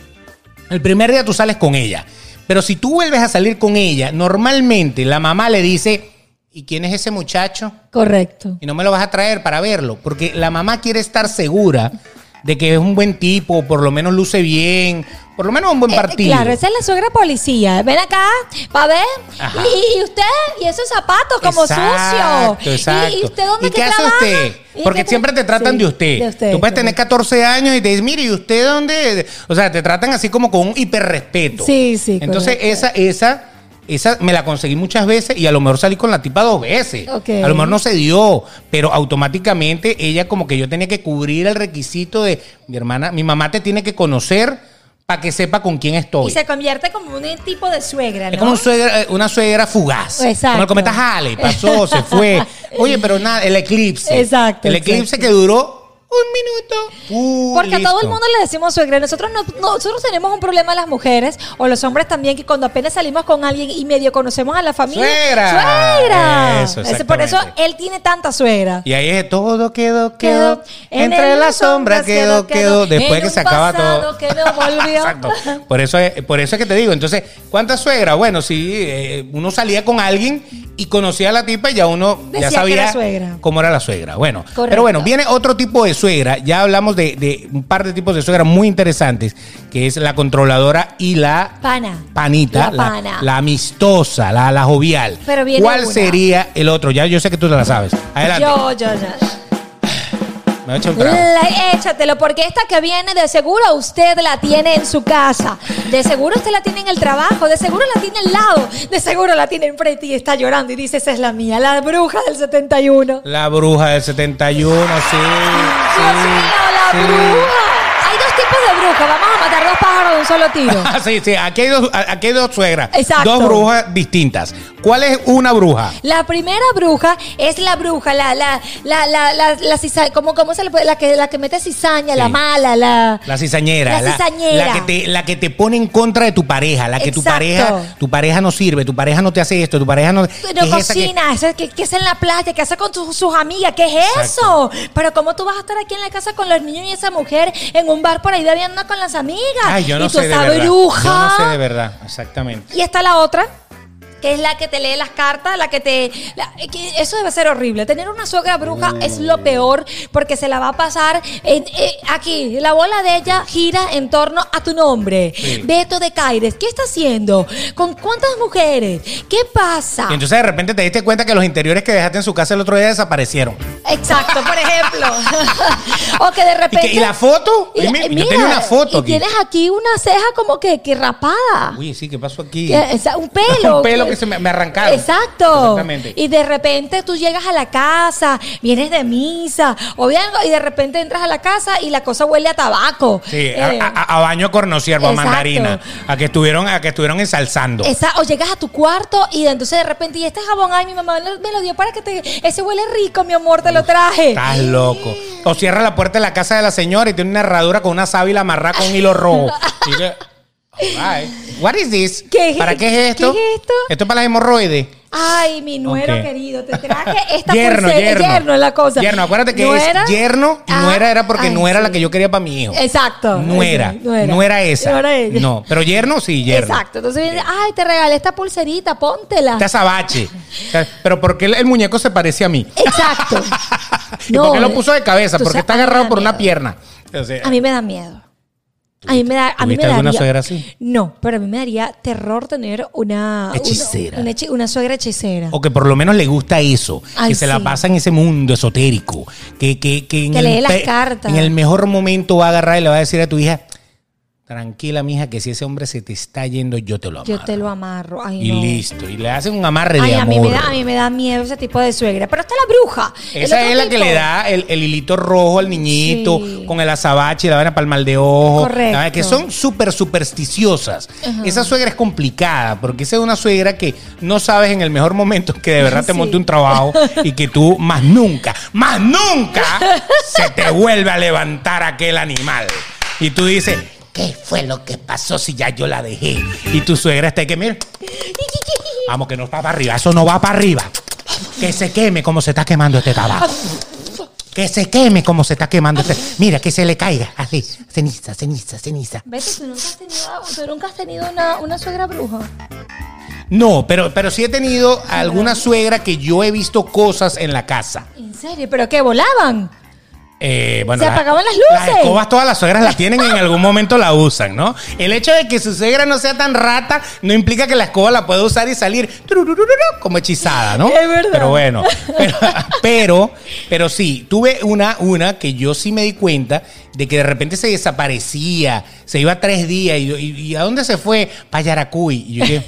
B: el primer día tú sales con ella. Pero si tú vuelves a salir con ella, normalmente la mamá le dice, ¿y quién es ese muchacho?
A: Correcto.
B: y no me lo vas a traer para verlo. Porque la mamá quiere estar segura de que es un buen tipo, por lo menos luce bien, por lo menos un buen
A: Eh,
B: partido.
A: Claro, esa es la suegra policía. Ven acá, pa' ver.
B: Ajá.
A: Y, y usted, y esos zapatos como
B: Exacto,
A: sucios.
B: exacto.
A: ¿Y, y usted dónde
B: ¿Y qué hace
A: trabaja?
B: usted?
A: ¿Y
B: Porque
A: qué tra-
B: siempre te tratan
A: Sí,
B: de, usted.
A: de usted,
B: Tú puedes tener
A: correcto.
B: 14 años y te dicen, mire, ¿y usted dónde? O sea, te tratan así como con un hiperrespeto.
A: Sí, sí,
B: Entonces,
A: correcto.
B: esa, esa, esa me la conseguí muchas veces y a lo mejor salí con la tipa dos veces.
A: Ok.
B: A lo mejor no se dio, pero automáticamente ella como que yo tenía que cubrir el requisito de mi hermana, mi mamá te tiene que conocer para que sepa con quién estoy.
A: Y se convierte como un tipo de suegra, ¿no?
B: Es como un suegra- eh, una suegra fugaz.
A: Exacto.
B: Como el cometa Halley, pasó,
A: [LAUGHS]
B: se fue. Oye, pero nada, el eclipse.
A: Exacto,
B: El
A: exacto.
B: eclipse que duró un minuto. Uh,
A: Porque a todo
B: listo.
A: el mundo le decimos suegra. Nosotros no, no- nosotros tenemos un problema las mujeres o los hombres también que cuando apenas salimos con alguien y medio conocemos a la familia.
B: ¡Suegra!
A: ¡Suegra!
B: Eso,
A: Es- por eso
B: exactamente.
A: él tiene tanta suegra.
B: Y ahí es todo quedó, quedó.
A: en
B: entre
A: el-
B: las sombras quedó, quedó. Después
A: en
B: que
A: un
B: se acaba
A: pasado
B: todo.
A: que
B: [LAUGHS]
A: no volvió.
B: Exacto. Por eso, es, por eso es que te digo. Entonces, ¿cuántas suegras? Bueno, si uno salía con alguien y conocía a la tipa y ya uno
A: Decía
B: ya
A: que
B: sabía
A: era suegra.
B: cómo era la suegra. Bueno,
A: Correcto.
B: pero bueno, viene otro tipo de suegra. Ya hablamos de, de un par de tipos de suegra muy interesantes, que es la controladora y la
A: Pana. La
B: panita, la,
A: pana.
B: la amistosa, la, la jovial.
A: Pero viene
B: ¿Cuál
A: una.
B: sería el otro? Ya yo sé que tú te la sabes. Adelante.
A: Yo, yo, yo.
B: Me voy a echar un trago.
A: La- échatelo, porque esta que viene de seguro usted la tiene en su casa, de seguro usted la tiene en el trabajo, de seguro la tiene al lado, de seguro la tiene enfrente y está llorando y dice, esa es la mía, la bruja del 71.
B: La bruja del 71,
A: Dios
B: sí.
A: mío, la bruja. Hay dos tipos de bruja. Vamos a matar dos pájaros de un solo
B: [LAUGHS]
A: tiro.
B: Ah, sí, sí, aquí hay dos, aquí hay dos suegras.
A: Exacto.
B: Dos brujas distintas. ¿Cuál es una bruja?
A: La primera bruja es la bruja, la, la, la, la, la, cizaña, ¿cómo, cómo se le puede? La que, la que mete cizaña, la
B: Sí.
A: mala, la...
B: La cizañera.
A: La cizañera.
B: La, que te, la que te pone en contra de tu pareja. La que tu
A: Exacto.
B: pareja, tu pareja no sirve, tu pareja no te hace esto, tu pareja no.
A: No
B: es esa que-
A: cocina, esa que, que es en la playa, que hace con tus- sus amigas, ¿qué es
B: Exacto.
A: eso? Pero ¿cómo tú vas a estar aquí en la casa con los niños y esa mujer en un bar por ahí bebiendo con las amigas?
B: Ay, yo no
A: y tú
B: sé de
A: esa
B: verdad.
A: bruja.
B: Yo no sé de verdad, exactamente.
A: Y está la otra, que es la que te lee las cartas, la que te... la- eh, que eso debe ser horrible. Tener una suegra bruja
B: Mm.
A: es lo peor porque se la va a pasar en- eh, aquí. La bola de ella gira en torno a tu nombre.
B: Sí.
A: Beto de Caires, ¿qué está haciendo? ¿Con cuántas mujeres? ¿Qué pasa?
B: Y entonces de repente te diste cuenta que los interiores que dejaste en su casa el otro día desaparecieron.
A: Exacto, por ejemplo. [LAUGHS] o que de
B: ¿Y,
A: repente...
B: que- y la foto?
A: y la-
B: Dime,
A: mira,
B: yo tenía una foto
A: y
B: aquí.
A: tienes aquí una ceja como que, que rapada.
B: Uy, sí, ¿qué pasó aquí?
A: Que- o sea, un pelo.
B: Un pelo que se me- me arrancaron.
A: Exacto.
B: Exactamente.
A: Y de repente tú llegas a la casa, vienes de misa, o bien, y de repente entras a la casa y la cosa huele a tabaco.
B: Sí, a,
A: Eh,
B: a- a baño cornociervo, a
A: Exacto.
B: mandarina, a que estuvieron, a que estuvieron ensalzando.
A: esa- o llegas a tu cuarto y entonces de repente, y este jabón, ay, mi mamá me lo- me lo dio para que te. Ese huele rico, mi amor, te lo traje.
B: Estás loco. O cierra la puerta de la casa de la señora y tiene una herradura con una sábila amarrada con un
A: [LAUGHS]
B: hilo rojo. Y que, alright. What is this?
A: ¿Qué es- e-
B: ¿Para qué es esto?
A: qué es esto?
B: Esto es para las hemorroides.
A: Ay, mi nuero
B: Ok.
A: querido, te traje
B: [LAUGHS]
A: esta
B: Yerno,
A: pulsera.
B: yerno.
A: es la cosa.
B: Yerno, acuérdate que
A: Nuera.
B: es yerno y
A: Ah,
B: nuera era porque
A: ay,
B: no era
A: sí.
B: la que yo quería para mi hijo.
A: Exacto.
B: No era.
A: Sí,
B: No era esa.
A: No era ella.
B: No, pero yerno sí, yerno.
A: Exacto. Entonces viene, ay, te regalé esta pulserita, póntela.
B: Este [LAUGHS] azabache. O sea, Pero ¿por qué el- el muñeco se parece a mí?
A: Exacto.
B: ¿Y por qué lo puso de cabeza?
A: tú
B: Porque
A: sabes,
B: está
A: a mí me
B: agarrado
A: da
B: por una
A: miedo.
B: pierna. O sea,
A: A mí me da miedo. A mí me da, a mí me
B: ¿Tuviste alguna
A: daría-
B: suegra así?
A: No, pero a mí me daría terror tener una una-
B: Hechicera.
A: una, hechi- una suegra hechicera.
B: O que por lo menos le gusta eso,
A: Ay,
B: que se la
A: sí.
B: pasa en ese mundo esotérico, que, que, que, en,
A: Que lee las
B: pe-
A: cartas.
B: en el mejor momento va a agarrar y le va a decir a tu hija, tranquila mija, que si ese hombre se te está yendo, yo te lo amarro.
A: Yo te lo amarro. Ay,
B: Y
A: no.
B: listo, y le hacen un amarre
A: Ay,
B: de
A: a
B: amor.
A: mí, me da, a mí me da miedo ese tipo de suegra. Pero está la bruja. el
B: Esa
A: otro
B: es la que
A: tipo.
B: le da el, el hilito rojo al niñito
A: Sí.
B: con el azabache, la vaina para el mal de ojo.
A: Correcto.
B: La vaina Que son súper supersticiosas. Esa suegra es complicada porque esa es una suegra que no sabes en el mejor momento que de verdad
A: [LAUGHS]
B: te
A: Sí.
B: monte un trabajo y que tú más nunca, más nunca se te vuelve a levantar aquel animal. Y tú dices, ¿qué fue lo que pasó si ya yo la dejé? Y tu suegra está ahí que, mira, vamos que no está para arriba, eso no va para arriba. Que se queme como se está quemando este tabaco. Que se queme como se está quemando. este- Mira, que se le caiga. Así. Ceniza, ceniza, ceniza.
A: Vete, tú nunca has tenido, tú nunca has tenido una, una suegra bruja.
B: No, pero, pero sí he tenido alguna suegra que yo he visto cosas en la casa.
A: ¿En serio? ¿Pero qué? ¿Volaban?
B: Eh, bueno,
A: Se
B: las-
A: apagaban las luces.
B: Las escobas todas las suegras las tienen y en algún momento la usan, ¿no? El hecho de que su suegra no sea tan rata no implica que la escoba la pueda usar y salir tururururu, como hechizada, ¿no?
A: Es verdad.
B: Pero bueno, pero, pero, pero sí, tuve una, una que yo sí me di cuenta de que de repente se desaparecía, se iba tres días y, yo, ¿y- y a dónde se fue? Para Yaracuy. Y
A: [LAUGHS]
B: yo dije,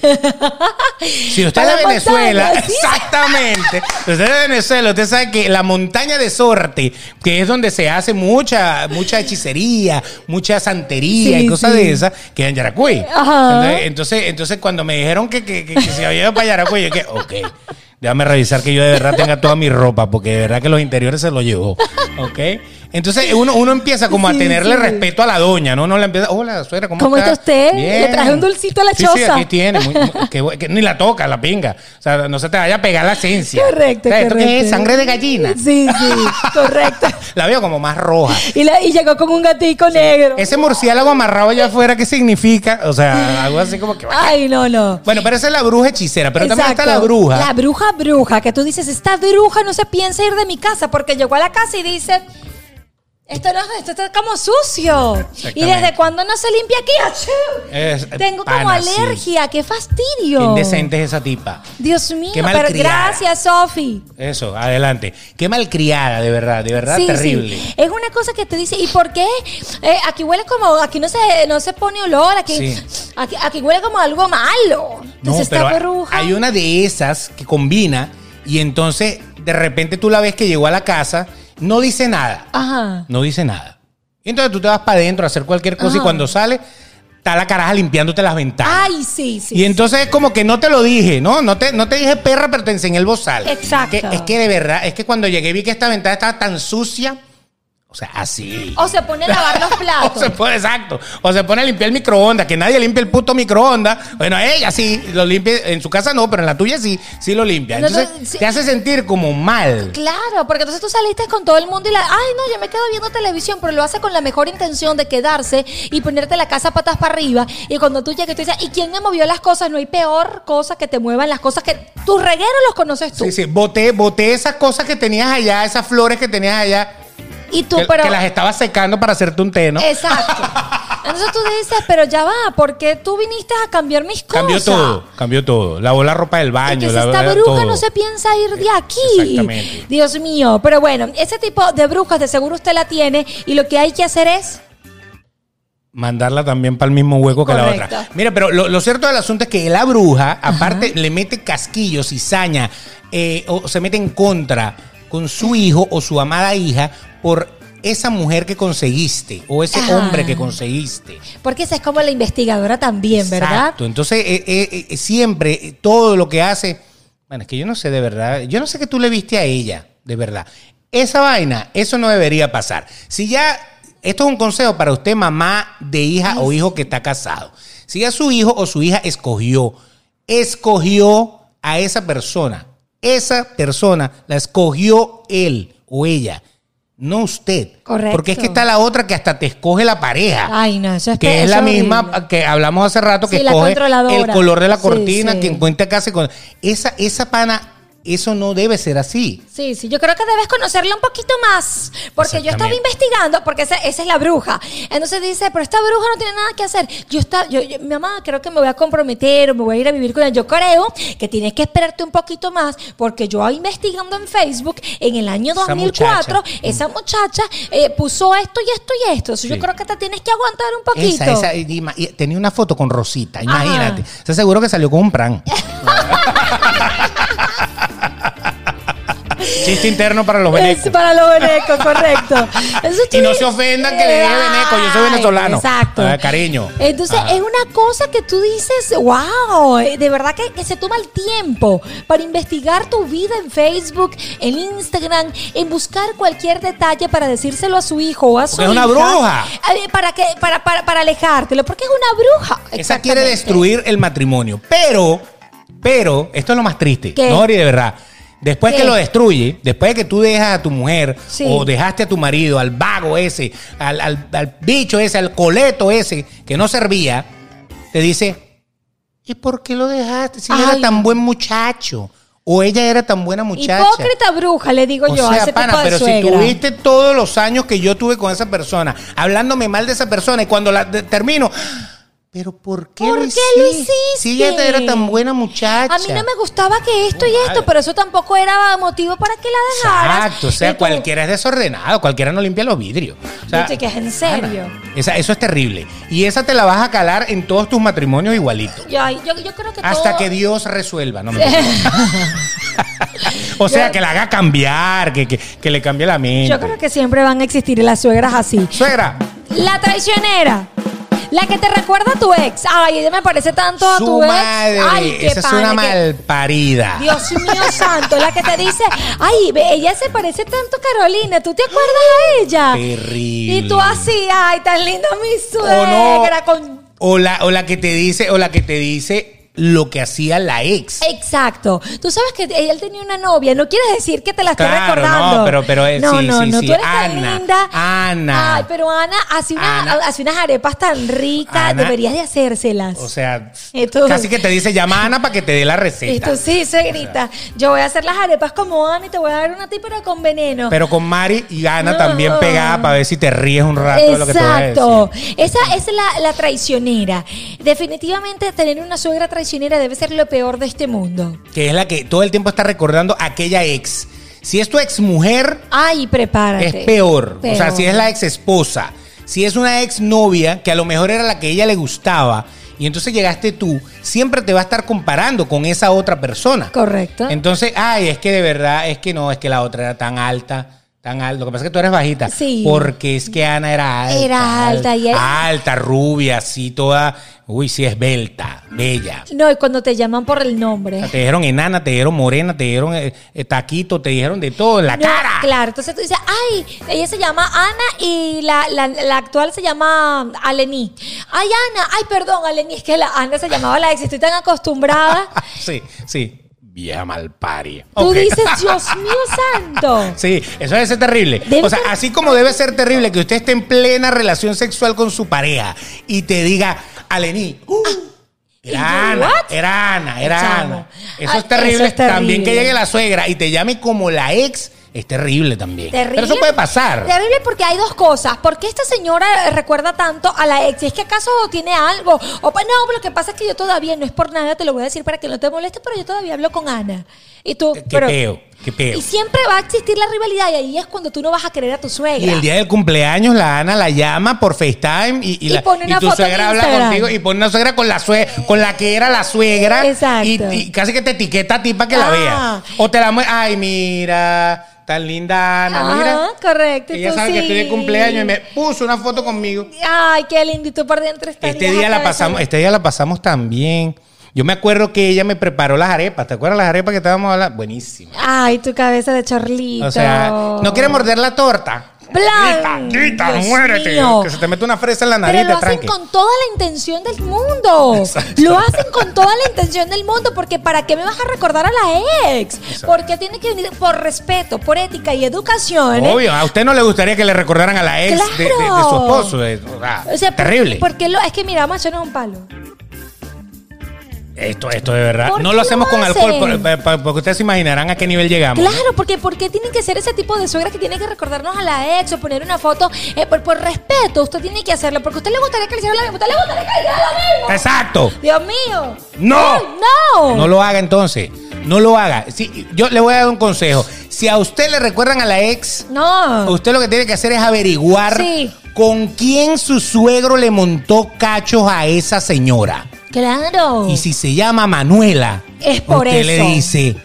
B: si usted es
A: Para
B: de
A: la
B: Venezuela,
A: montaña,
B: [LAUGHS]
A: sí.
B: exactamente. Si Usted es de Venezuela, usted sabe que la montaña de Sorte, que es donde se hace mucha, mucha hechicería, mucha santería
A: Sí,
B: y cosas
A: sí.
B: de esas, queda en Yaracuy.
A: Ajá.
B: Entonces, entonces, entonces cuando me dijeron que, que- que- que se había ido para Yaracuy, yo que, ok. Déjame revisar que yo de verdad tenga toda mi ropa, porque de verdad que los interiores se lo llevó. ¿Ok? Entonces uno, uno empieza como a
A: Sí,
B: tenerle
A: sí.
B: respeto a la doña, ¿no? Uno le empieza, hola, suegra, ¿cómo,
A: ¿Cómo está usted? Le
B: Bien.
A: traje un dulcito a la
B: Sí, Sí,
A: choza.
B: aquí tiene. muy- muy- que bu- que ni la toca, la pinga. O sea, no se te vaya a pegar la esencia.
A: Correcto,
B: O sea, ¿Esto qué
A: correcto.
B: es? ¿Sangre de gallina?
A: Sí, sí, correcto.
B: [LAUGHS] La veo como más roja.
A: Y, la- y llegó con un gatico negro.
B: Ese murciélago amarrado allá afuera, ¿qué significa? O sea, algo así como que...
A: Ay, no, no.
B: Bueno, pero esa es la bruja hechicera. Pero también está la
A: Exacto.
B: bruja.
A: La bruja, bruja, que tú dices, esta bruja no se piensa ir de mi casa porque llegó a la casa y dice, esto, no, esto está como sucio.
B: Exactamente.
A: ¿Y desde cuándo no se limpia aquí? ¡Achú!
B: Es-
A: Tengo
B: pana,
A: como
B: sí.
A: alergia, qué fastidio.
B: Qué indecente es esa tipa.
A: Dios mío,
B: Qué
A: pero
B: malcriada.
A: gracias, Sofi.
B: Eso, adelante. Qué malcriada, de verdad, de verdad,
A: Sí,
B: terrible.
A: sí. Es una cosa que te dice, ¿y por qué? Eh, aquí huele como, aquí no se, no se pone olor, aquí,
B: Sí.
A: aquí, aquí huele como algo malo.
B: No,
A: Entonces
B: pero
A: está bruja.
B: hay una de esas que combina y entonces de repente tú la ves que llegó a la casa, no dice nada.
A: Ajá.
B: No dice nada. Y entonces tú te vas para adentro a hacer cualquier cosa y
A: Ajá.
B: cuando sales, está la caraja limpiándote las ventanas.
A: Ah. Ay, sí, sí.
B: Y entonces es como que no te lo dije, ¿no? No te, no te dije perra, pero te enseñé el bozal.
A: Exacto.
B: Que- es que de verdad, es que cuando llegué vi que esta ventana estaba tan sucia. O sea, así. [LAUGHS]
A: O se pone a lavar los
B: O se
A: platos.
B: pone, exacto. O se pone a limpiar el microondas, que nadie limpia el puto microondas. Bueno, ella sí lo limpia. En su casa no, pero en la tuya sí, sí lo limpia.
A: No,
B: Entonces
A: no, sí.
B: te hace sentir como mal.
A: Claro, porque entonces tú saliste con todo el mundo y la, ay no, yo me quedo viendo televisión, pero lo hace con la mejor intención de quedarse y ponerte la casa patas para arriba. Y cuando tú llegas, tú dices, ¿y quién me movió las cosas? No hay peor cosa que te muevan las cosas que tus regueros los conoces tú.
B: Sí, sí, boté, boté esas cosas que tenías allá, esas flores que tenías allá,
A: Y tú,
B: que,
A: pero.
B: que las estabas secando para hacerte un té, ¿no?
A: Exacto. Entonces tú dices, pero ya va, ¿por qué tú viniste a cambiar mis cosas?
B: Cambió todo, cambió todo. Lavó la ropa del
A: Y
B: baño,
A: que si
B: lavó
A: esta
B: la-
A: bruja
B: todo.
A: no se piensa ir de aquí.
B: Exactamente.
A: Dios mío. Pero bueno, ese tipo de brujas de seguro usted la tiene y lo que hay que hacer es.
B: mandarla también para el mismo hueco que la
A: Correcto.
B: otra. Mira, pero lo, lo cierto del asunto es que la bruja, aparte, le mete casquillos, cizaña, eh, o se mete en contra con su hijo o su amada hija por esa mujer que conseguiste o ese
A: Ajá.
B: hombre que conseguiste.
A: Porque esa es como la investigadora también, ¿verdad?
B: Exacto. Entonces, eh, eh, eh, siempre eh, todo lo que hace. Bueno, es que yo no sé de verdad. Yo no sé que tú le viste a ella, de verdad. Esa vaina, eso no debería pasar. Si ya. Esto es un consejo para usted, mamá de hija o hijo que está casado. Si ya su hijo o su hija escogió, escogió a esa persona. Esa persona la escogió él o ella, no usted.
A: Correcto.
B: Porque es que está la otra que hasta te escoge la pareja.
A: Ay, no, eso es
B: Que es
A: eso
B: la
A: horrible.
B: misma que hablamos hace rato que
A: Sí, la
B: escoge
A: controladora.
B: el color de la
A: Sí,
B: cortina,
A: sí.
B: que encuentra casi con esa esa pana, eso no debe ser así.
A: Sí, sí, yo creo que debes conocerla un poquito más, porque yo estaba
B: Exactamente.
A: investigando, porque esa, esa es la bruja. Entonces dice, pero esta bruja no tiene nada que hacer. Yo está, yo, yo- mi mamá, creo que me voy a comprometer o me voy a ir a vivir con ella. Yo creo que tienes que esperarte un poquito más, porque yo investigando en Facebook, en el año
B: Esa
A: 2004,
B: muchacha. Mm.
A: esa muchacha eh, puso esto y esto y esto. Entonces,
B: Sí.
A: Yo creo que te tienes que aguantar un poquito.
B: Esa, esa, y- y- y- tenía una foto con Rosita, imagínate.
A: Ajá.
B: Se seguro que salió con un
A: [LAUGHS]
B: pran. Chiste interno para los
A: Es
B: venecos.
A: para los venecos,
B: [LAUGHS]
A: correcto. Eso
B: Y no
A: sí.
B: se ofendan que le dé veneco, yo soy
A: Ay,
B: venezolano.
A: Exacto.
B: Ah, cariño. Ah.
A: Entonces,
B: Ajá.
A: es una cosa que tú dices, wow, eh, de verdad que, que se toma el tiempo para investigar tu vida en Facebook, en Instagram, en buscar cualquier detalle para decírselo a su hijo o a su
B: Porque es una
A: hija.
B: bruja.
A: Eh, Para, que, para, para, para alejártelo, porque es una bruja.
B: Esa quiere
A: Exactamente.
B: destruir el matrimonio. Pero, pero, esto es lo más triste.
A: ¿Qué?
B: Nori, de verdad. Después
A: ¿Qué?
B: que lo destruye, después de que tú dejas a tu mujer
A: Sí.
B: o dejaste a tu marido, al vago ese, al, al- al bicho ese, al coleto ese que no servía, te dice, ¿y por qué lo dejaste? Si él
A: Ay.
B: era tan buen muchacho o ella era tan buena muchacha.
A: Hipócrita bruja, le digo
B: O
A: yo, a
B: sea,
A: ese
B: pana,
A: tipo de
B: pero si
A: suegra.
B: tuviste todos los años que yo tuve con esa persona, hablándome mal de esa persona, y cuando la de- termino, pero ¿por qué,
A: ¿Por
B: lo,
A: qué
B: hiciste?
A: lo
B: Si
A: hiciste?
B: ella te era tan buena muchacha.
A: A mí no me gustaba que esto y
B: Vale.
A: esto, pero eso tampoco era motivo para que la dejaras.
B: Exacto, o sea,
A: Y tú-
B: cualquiera es desordenado, cualquiera no limpia los vidrios. O sea,
A: Oye, que es en serio.
B: pana, esa- eso es terrible. Y esa te la vas a calar en todos tus matrimonios igualito.
A: Yo, ay, yo, yo creo que
B: Hasta
A: todo-
B: que Dios resuelva, no me
A: [LAUGHS]
B: O sea, que la haga cambiar, que, que- que le cambie la mente.
A: Yo creo que siempre van a existir las suegras así.
B: Suegra,
A: La traicionera. La que te recuerda a tu ex. Ay, ella me parece tanto a
B: su
A: tu
B: madre.
A: ex. Ay, qué
B: esa es una
A: pana, qué-
B: malparida.
A: Dios
B: [LAUGHS]
A: mío santo, la que te dice, ay, ve, ella se parece tanto a Carolina, ¿tú te acuerdas de ella?
B: Terrible.
A: Y tú así, ay, tan linda mi
B: o no.
A: suegra con
B: O la, o la que te dice, o la que te dice lo que hacía la ex.
A: Exacto. Tú sabes que él tenía una novia. No quieres decir que te la estoy
B: Claro,
A: recordando.
B: no, pero- pero, eh,
A: no,
B: sí,
A: no,
B: sí,
A: no.
B: sí.
A: Tú eres tan
B: Ana,
A: linda.
B: Ana.
A: Ay, pero Ana hace, una-
B: Ana.
A: hace unas arepas tan ricas.
B: Ana.
A: Deberías de hacérselas.
B: O sea,
A: Y tú-
B: casi que te dice llama a Ana para que te dé la
A: y
B: receta.
A: tú sí, se grita. Yo voy a hacer las arepas como Ana y te voy a dar una ti, pero con veneno.
B: Pero con Mari y Ana
A: No.
B: también pegada para ver si te ríes un rato de lo que te voy a decir.
A: Exacto. Esa es la, la traicionera. Definitivamente tener una suegra traicionera debe ser lo peor de este mundo.
B: Que es la que todo el tiempo está recordando aquella ex. Si es tu ex mujer,
A: Ay, prepárate.
B: es peor. O sea,
A: Peor.
B: si es la ex esposa, si es una ex novia, que a lo mejor era la que ella le gustaba, y entonces llegaste tú, siempre te va a estar comparando con esa otra persona.
A: Correcto.
B: Entonces, ay, es que de verdad, es que no, es que la otra era tan alta, Tan alto. Lo que pasa es que tú eres bajita.
A: Sí.
B: Porque es que Ana era alta.
A: Era alta, y-
B: Alta, rubia, así toda. Uy, sí, esbelta, bella.
A: No, y cuando te llaman por el nombre.
B: O sea, Te dijeron enana, te dijeron morena, te dijeron eh, eh, taquito, te dijeron de todo en la
A: No,
B: cara.
A: Claro, entonces tú dices, ay, ella se llama Ana y la, la- la actual se llama um, Alení. Ay, Ana, ay, perdón, Alení, es que la Ana se llamaba la ex, estoy tan acostumbrada.
B: [LAUGHS]
A: [LAUGHS]
B: Sí, sí. Vieja malparia.
A: Tú [LAUGHS]
B: Ok. [LAUGHS]
A: dices, Dios mío santo.
B: Sí, eso debe ser terrible.
A: Debe
B: o sea,
A: ser-
B: así como debe ser terrible que usted esté en plena relación sexual con su pareja y te diga, Alení, uh, era
A: Ah, ¿Y
B: Ana,
A: what?
B: era Ana, era
A: Chamo.
B: Ana. Eso
A: Ah,
B: es terrible.
A: eso es terrible.
B: También que llegue la suegra y te llame como la ex es terrible también.
A: Terrible.
B: Pero eso puede pasar.
A: Terrible porque hay dos cosas. ¿Por qué esta señora recuerda tanto a la ex? ¿Es que acaso tiene algo? O, pa- no, lo que pasa es que yo todavía, no es por nada, te lo voy a decir para que no te moleste, pero yo todavía hablo con Ana. Y tú,
B: Qué
A: pero-
B: peo, qué peo.
A: Y siempre va a existir la rivalidad y ahí es cuando tú no vas a querer a tu suegra.
B: Y el día del cumpleaños la Ana la llama por FaceTime y, y
A: Y
B: la,
A: pone una
B: tu
A: foto en
B: suegra habla
A: Instagram.
B: contigo y pone una suegra con la sue- con la que era la suegra y,
A: Exacto.
B: y casi que te etiqueta a ti para que la
A: Ah.
B: veas. O te la muestra, ay mira, tan linda Ana,
A: Ajá,
B: mira.
A: Ah, correcto.
B: Ella
A: tú
B: sabe que estoy de
A: sí.
B: cumpleaños y me puso una foto conmigo.
A: Ay, qué lindo. Y tú por dentro estarías
B: Este día la
A: atravesando-
B: pasamos, este día la pasamos tan bien. Yo me acuerdo que ella me preparó las arepas, ¿te acuerdas las arepas que estábamos hablando? Buenísima.
A: Ay, tu cabeza de chorlito.
B: O sea, no quiere morder la torta.
A: Blanco.
B: Quita, quita,
A: Dios
B: muérete.
A: mío.
B: Que se te mete una fresa en la nariz,
A: Pero lo
B: te
A: hacen
B: tranque.
A: con toda la intención del mundo.
B: Exacto.
A: Lo hacen con toda la intención del mundo. Porque ¿para qué me vas a recordar a la ex? Porque tiene que venir por respeto, por ética y educación. ¿eh?
B: Obvio, a usted no le gustaría que le recordaran a la ex de, de- de
A: Claro.
B: su esposo. eh, o sea,
A: O sea, ¿por-
B: terrible.
A: Porque lo, es que mira, macho no es un palo.
B: esto, esto de verdad.
A: ¿Por
B: No
A: qué
B: lo hacemos
A: lo
B: con alcohol,
A: hacen?
B: por- eh, pa- pa- porque ustedes se imaginarán a qué nivel llegamos.
A: Claro, porque ¿por qué tienen que ser ese tipo de suegra que tiene que recordarnos a la ex o poner una foto? Eh, por, por respeto, usted tiene que hacerlo, porque a usted le gustaría que le hiciera lo mismo, a usted le gustaría que le hiciera lo mismo.
B: Exacto.
A: Dios mío.
B: ¡No!
A: Ay, ¡No!
B: No lo haga entonces. No lo haga. Sí, yo le voy a dar un consejo. Si a usted le recuerdan a la ex,
A: No.
B: usted lo que tiene que hacer es averiguar
A: Sí.
B: con quién su suegro le montó cachos a esa señora.
A: Claro.
B: Y si se llama Manuela,
A: Oh. Es por
B: usted
A: eso.
B: le dice,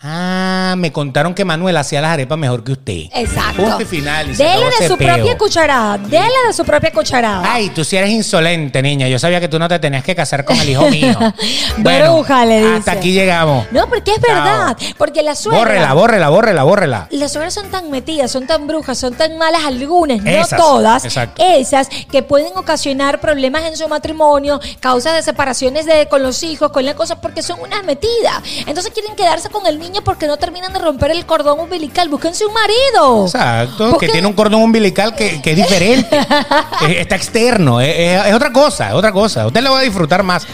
B: ah, me contaron que Manuela hacía las arepas mejor que usted.
A: Exacto.
B: Punto y final. y se
A: Dele
B: acabó
A: de
B: ese
A: su
B: peo.
A: propia cucharada. Dele de su propia cucharada.
B: Ay, tú sí eres insolente, niña. Yo sabía que tú no te tenías que casar con el
A: [LAUGHS]
B: hijo mío.
A: Bruja, le dice.
B: Hasta aquí llegamos.
A: No, porque es verdad. Porque la suegra.
B: Bórrela, bórrela, bórrela, bórrela.
A: las suegras son tan metidas, son tan brujas, son tan malas algunas, no
B: Esas,
A: todas,
B: exacto.
A: esas que pueden ocasionar problemas en su matrimonio, causas de separaciones de, con los hijos, con las cosas, porque son unas metidas. Entonces quieren quedarse con el niño porque no terminan de romper el cordón umbilical. Búsquense un marido.
B: Exacto, que
A: Busquen-
B: tiene un cordón umbilical que, que
A: [LAUGHS]
B: es diferente. Es- Está externo, es, es- es otra cosa, es otra cosa. Usted lo va a disfrutar más.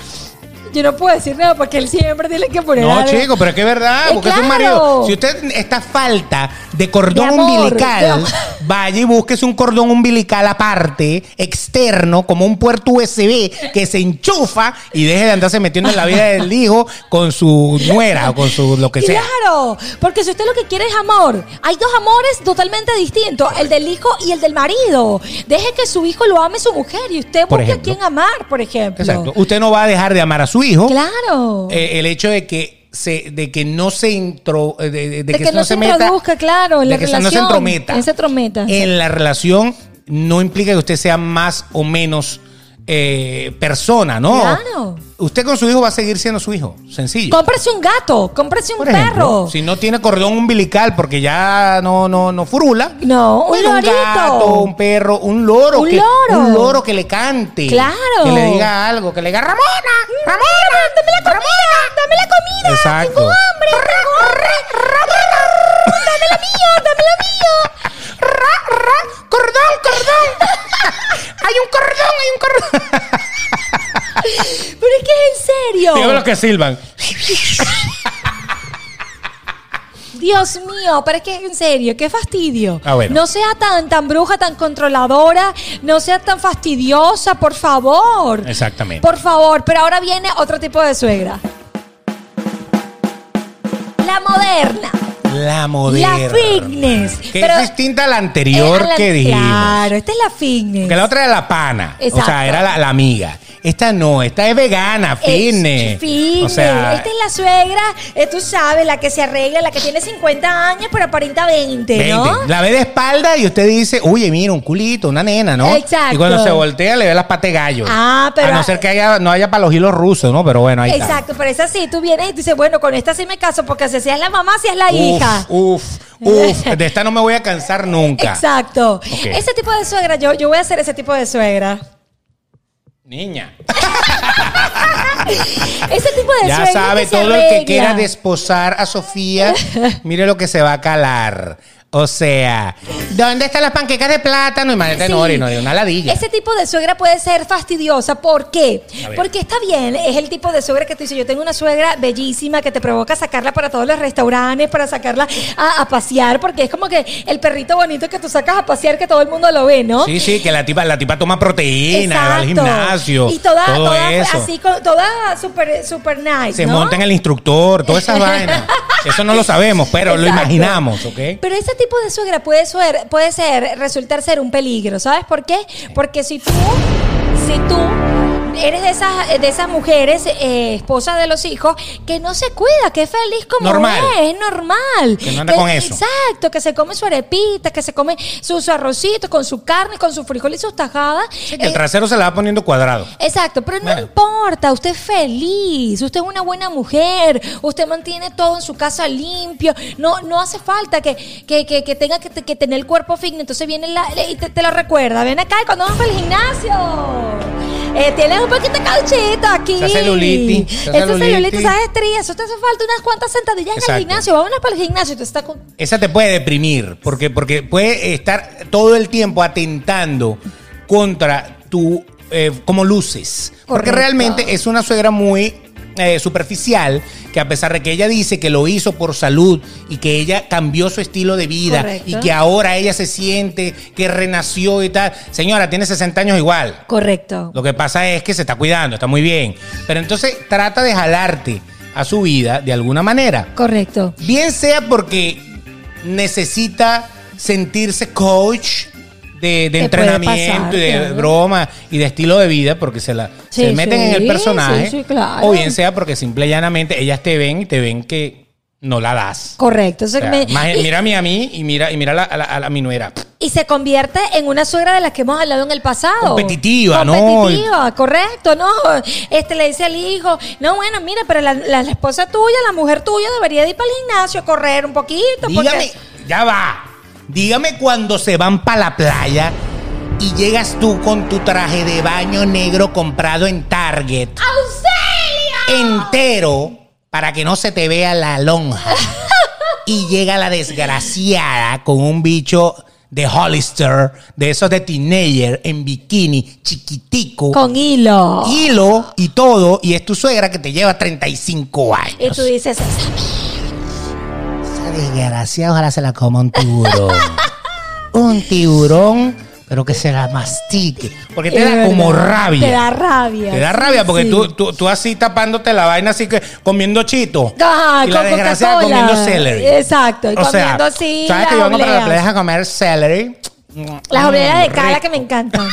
A: Yo no puedo decir nada porque él siempre tiene que poner
B: No,
A: algo.
B: chico, pero es que es verdad,
A: Eh,
B: porque es un
A: claro.
B: marido. Si usted está falta de
A: De
B: cordón
A: amor, de [LAUGHS]
B: umbilical,
A: amor.
B: vaya y búsquese un cordón umbilical aparte, externo, como un puerto USB que se enchufa y deje de andarse metiendo en la vida del hijo con su nuera o con su lo que sea.
A: Claro, porque si usted lo que quiere es amor, hay dos amores totalmente distintos, el del hijo y el del marido. Deje que su hijo lo ame su mujer y usted
B: Por
A: busque a
B: ejemplo.
A: quien amar, por ejemplo.
B: Exacto. Usted no va a dejar de amar a su hijo.
A: Claro.
B: Eh, el hecho de que se, de que no se intro, eh, de, de- de
A: de que, no se, introduzca, claro, en
B: de
A: la
B: que se-
A: relación.
B: no se entrometa.
A: No se entrometa.
B: en la relación no implica que usted sea más o menos eh, persona, ¿no?
A: Claro.
B: Usted con su hijo va a seguir siendo su hijo, sencillo.
A: Cómprese un gato, cómprese un
B: Por ejemplo,
A: perro.
B: Si no tiene cordón umbilical porque ya no, no, no furula.
A: No, un
B: bueno,
A: lorito.
B: Un gato, un perro, un loro.
A: Un
B: que,
A: loro.
B: Un loro que le cante.
A: Claro. Mm.
B: Que le diga algo, que le diga Ramona, Ramona.
A: Dame la comida, dame la comida.
B: Exacto.
A: Tengo hambre. Tengo hambre. Dame la mía, dame la mía.
B: Ra, ra, cordón, [LAUGHS] cordón. hay un cordón, hay un cordón.
A: Pero es que es en serio.
B: Digo lo que silban.
A: Dios mío, pero es que en serio, qué fastidio.
B: Ah, bueno.
A: No sea tan, tan bruja, tan controladora, no sea tan fastidiosa, por favor.
B: Exactamente.
A: Por favor, pero ahora viene otro tipo de suegra. La moderna.
B: La moderna.
A: La fitness.
B: Que es distinta a la anterior
A: Eh, a la-
B: que dijimos.
A: Claro, esta es la fitness.
B: Que la otra era la pana. O
A: Exacto.
B: sea, era la, la amiga. Esta no, esta es vegana,
A: Es
B: fitness.
A: fitness.
B: O sea,
A: esta es la suegra, eh, tú sabes, la que se arregla, la que tiene 50 años, pero aparenta 20, ¿no?
B: 20. La ve de espalda y usted dice, oye, mira, un culito, una nena, ¿no?
A: Exacto.
B: Y cuando se voltea le ve las patas de gallo.
A: Ah, pero-
B: A no ser que haya, no haya para los hilos rusos, ¿no? Pero bueno, ahí
A: Exacto, pero es así, tú vienes y tú dices, bueno, con esta sí me caso, porque si es la mamá, si es la hija.
B: está. Uf, uf,
A: [LAUGHS]
B: uf. De esta no me voy a cansar nunca.
A: Exacto.
B: Ok.
A: Ese tipo de suegra, yo, yo voy a ser ese tipo de suegra.
B: Niña.
A: Ese tipo de suegra.
B: Ya sabe,
A: que se
B: todo el que
A: arregla.
B: quiera desposar
A: [LAUGHS]
B: a Sofía, mire lo que se va a calar. O sea, ¿dónde están las panquecas de plátano? Y manete
A: Sí.
B: no, y no, y una ladilla.
A: Ese tipo de suegra puede ser fastidiosa. ¿Por qué?
B: A ver.
A: Porque está bien, es el tipo de suegra que tú dices, yo tengo una suegra bellísima que te provoca sacarla para todos los restaurantes, para sacarla a, a pasear, porque es como que el perrito bonito que tú sacas a pasear que todo el mundo lo ve, ¿no?
B: Sí, sí, que la tipa, la tipa toma proteína, va al
A: Exacto.
B: gimnasio.
A: Y toda,
B: todo
A: toda
B: eso.
A: así, con- toda super, super nice.
B: se
A: ¿no?
B: monta en el instructor, todas esas
A: [LAUGHS]
B: vainas. Eso no lo sabemos, pero lo
A: Exacto.
B: imaginamos, ¿ok?
A: Pero ese tipo de suegra puede ser, puede ser, resultar ser un peligro, ¿sabes por qué? Porque si tú, si tú eres de esas, de esas mujeres, eh, esposas de los hijos, que no se cuida, que es feliz como
B: Normal.
A: es, es normal.
B: Que no anda con eso.
A: Exacto, que se come su arepita, que se come sus arrocitos con su carne, con su frijol y sus tajadas.
B: Que el
A: Eh,
B: trasero se la va poniendo cuadrado.
A: Exacto, pero no
B: Bueno.
A: importa, usted es feliz, usted es una buena mujer, usted mantiene todo en su casa limpio, no, no hace falta que, que, que- que tenga que, que tener el cuerpo fitness, entonces viene la, y te, te lo recuerda, ven acá y cuando vamos al gimnasio. eh, tienes un poquito de cauchito aquí.
B: Esa celulitis, esa
A: Esa celulitis,
B: celulitis.
A: esas estrías. Eso te hace falta unas cuantas sentadillas en
B: Exacto.
A: el gimnasio. Vámonos para el gimnasio. Tú estás con-
B: Esa te puede deprimir, porque, porque puede estar todo el tiempo atentando contra tu eh, cómo luces. Porque
A: Correcto.
B: realmente es una suegra muy eh, superficial, que a pesar de que ella dice que lo hizo por salud y que ella cambió su estilo de vida
A: Correcto.
B: y que ahora ella se siente que renació y tal. Señora, tiene 60 años igual.
A: Correcto.
B: Lo que pasa es que se está cuidando, está muy bien. Pero entonces trata de jalarte a su vida de alguna manera.
A: Correcto.
B: Bien sea porque necesita sentirse coach de, de
A: puede
B: entrenamiento
A: pasar,
B: y de
A: claro.
B: broma y de estilo de vida, porque se la
A: Sí,
B: se meten en el
A: sí,
B: personaje.
A: sí, sí, claro.
B: O bien sea porque simple y llanamente ellas te ven y te ven que no la das.
A: Correcto. Eso
B: O sea,
A: me-
B: más-
A: y-
B: mírame a mí y mira, y mira a, la, a la- a la- a mi nuera.
A: Y se convierte en una suegra de las que hemos hablado en el pasado.
B: Competitiva, ¿no?
A: Competitiva, correcto, ¿no? Este le dice al hijo, no, bueno, mira, pero la, la- la esposa tuya, la mujer tuya debería de ir para el gimnasio a correr un poquito. porque-
B: Dígame, ya va. Dígame cuando se van para la playa y llegas tú con tu traje de baño negro comprado en Target. Entero para que no se te vea la
A: [LAUGHS]
B: lonja. y llega la desgraciada con un bicho de Hollister, de esos de teenager, en bikini, chiquitico,
A: Con hilo.
B: hilo y todo, y es tu suegra que te lleva 35 años.
A: Y tú dices,
B: Esa desgracia, ojalá se la coma un
A: [LAUGHS]
B: tiburón. un tiburón, pero que se la mastique. Porque te
A: Es
B: da como
A: verdad,
B: rabia.
A: Te da rabia.
B: Te da
A: sí,
B: rabia porque
A: sí.
B: tú, tú, tú así tapándote la vaina, así que comiendo chito.
A: Ajá,
B: y la
A: Ah, con
B: desgraciada
A: Coca-Cola.
B: comiendo celery.
A: Exacto, y comiendo así
B: ¿Sabes que
A: las
B: yo vengo para la
A: obleas.
B: playa a comer celery?
A: Las
B: Mm,
A: obleas de cala
B: rico.
A: que me encantan.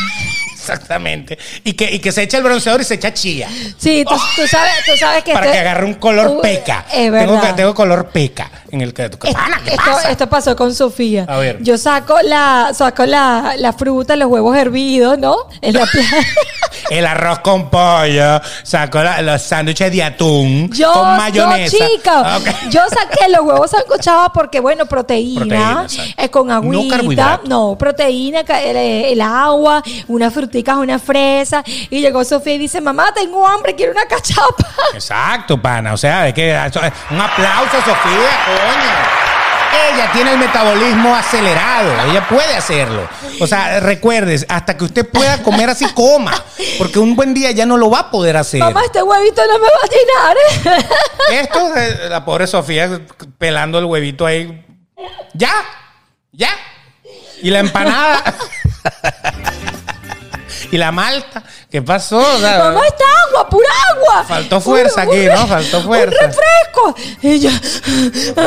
B: Exactamente. Y que, y que se echa el bronceador y se echa chía.
A: Sí, tú, tú sabes, tú sabes que...
B: Oh. para
A: esto-
B: que agarre un color
A: Uh,
B: peca.
A: Es
B: tengo, que-
A: verdad.
B: tengo color peca en el que.
A: Esto,
B: Pana, ¿qué
A: esto-
B: pasa?
A: esto pasó con Sofía.
B: A ver.
A: Yo saco la, saco la, la fruta, los huevos hervidos, ¿no? En
B: [LAUGHS]
A: la playa.
B: El arroz con pollo, sacó la- los sándwiches de atún
A: Yo,
B: con
A: yo,
B: mayonesa.
A: chica,
B: Ah, ok.
A: yo saqué los huevos sancochados porque, bueno, proteína,
B: Proteína, exacto.
A: eh, con
B: No
A: agüita, no,
B: carbohidratos.
A: proteína, ca- el, el agua, unas fruticas, una fresa. Y llegó Sofía y dice, mamá, tengo hambre, quiero una cachapa.
B: Exacto, pana. O sea, es que eso- un aplauso, Sofía, coño. Ella tiene el metabolismo acelerado, ella puede hacerlo. O sea, recuerdes, hasta que usted pueda comer así, coma, porque un buen día ya no lo va a poder hacer.
A: Mamá, este huevito no me va a llenar.
B: Esto, eh, la pobre Sofía pelando el huevito ahí. Ya, ya. [LAUGHS] Y la empanada. y la malta. Que ¿Qué pasó? O sea,
A: Mamá, está agua, pura agua.
B: Faltó fuerza
A: Un- un
B: aquí,
A: re-
B: ¿no? Faltó fuerza.
A: Un refresco. Y yo-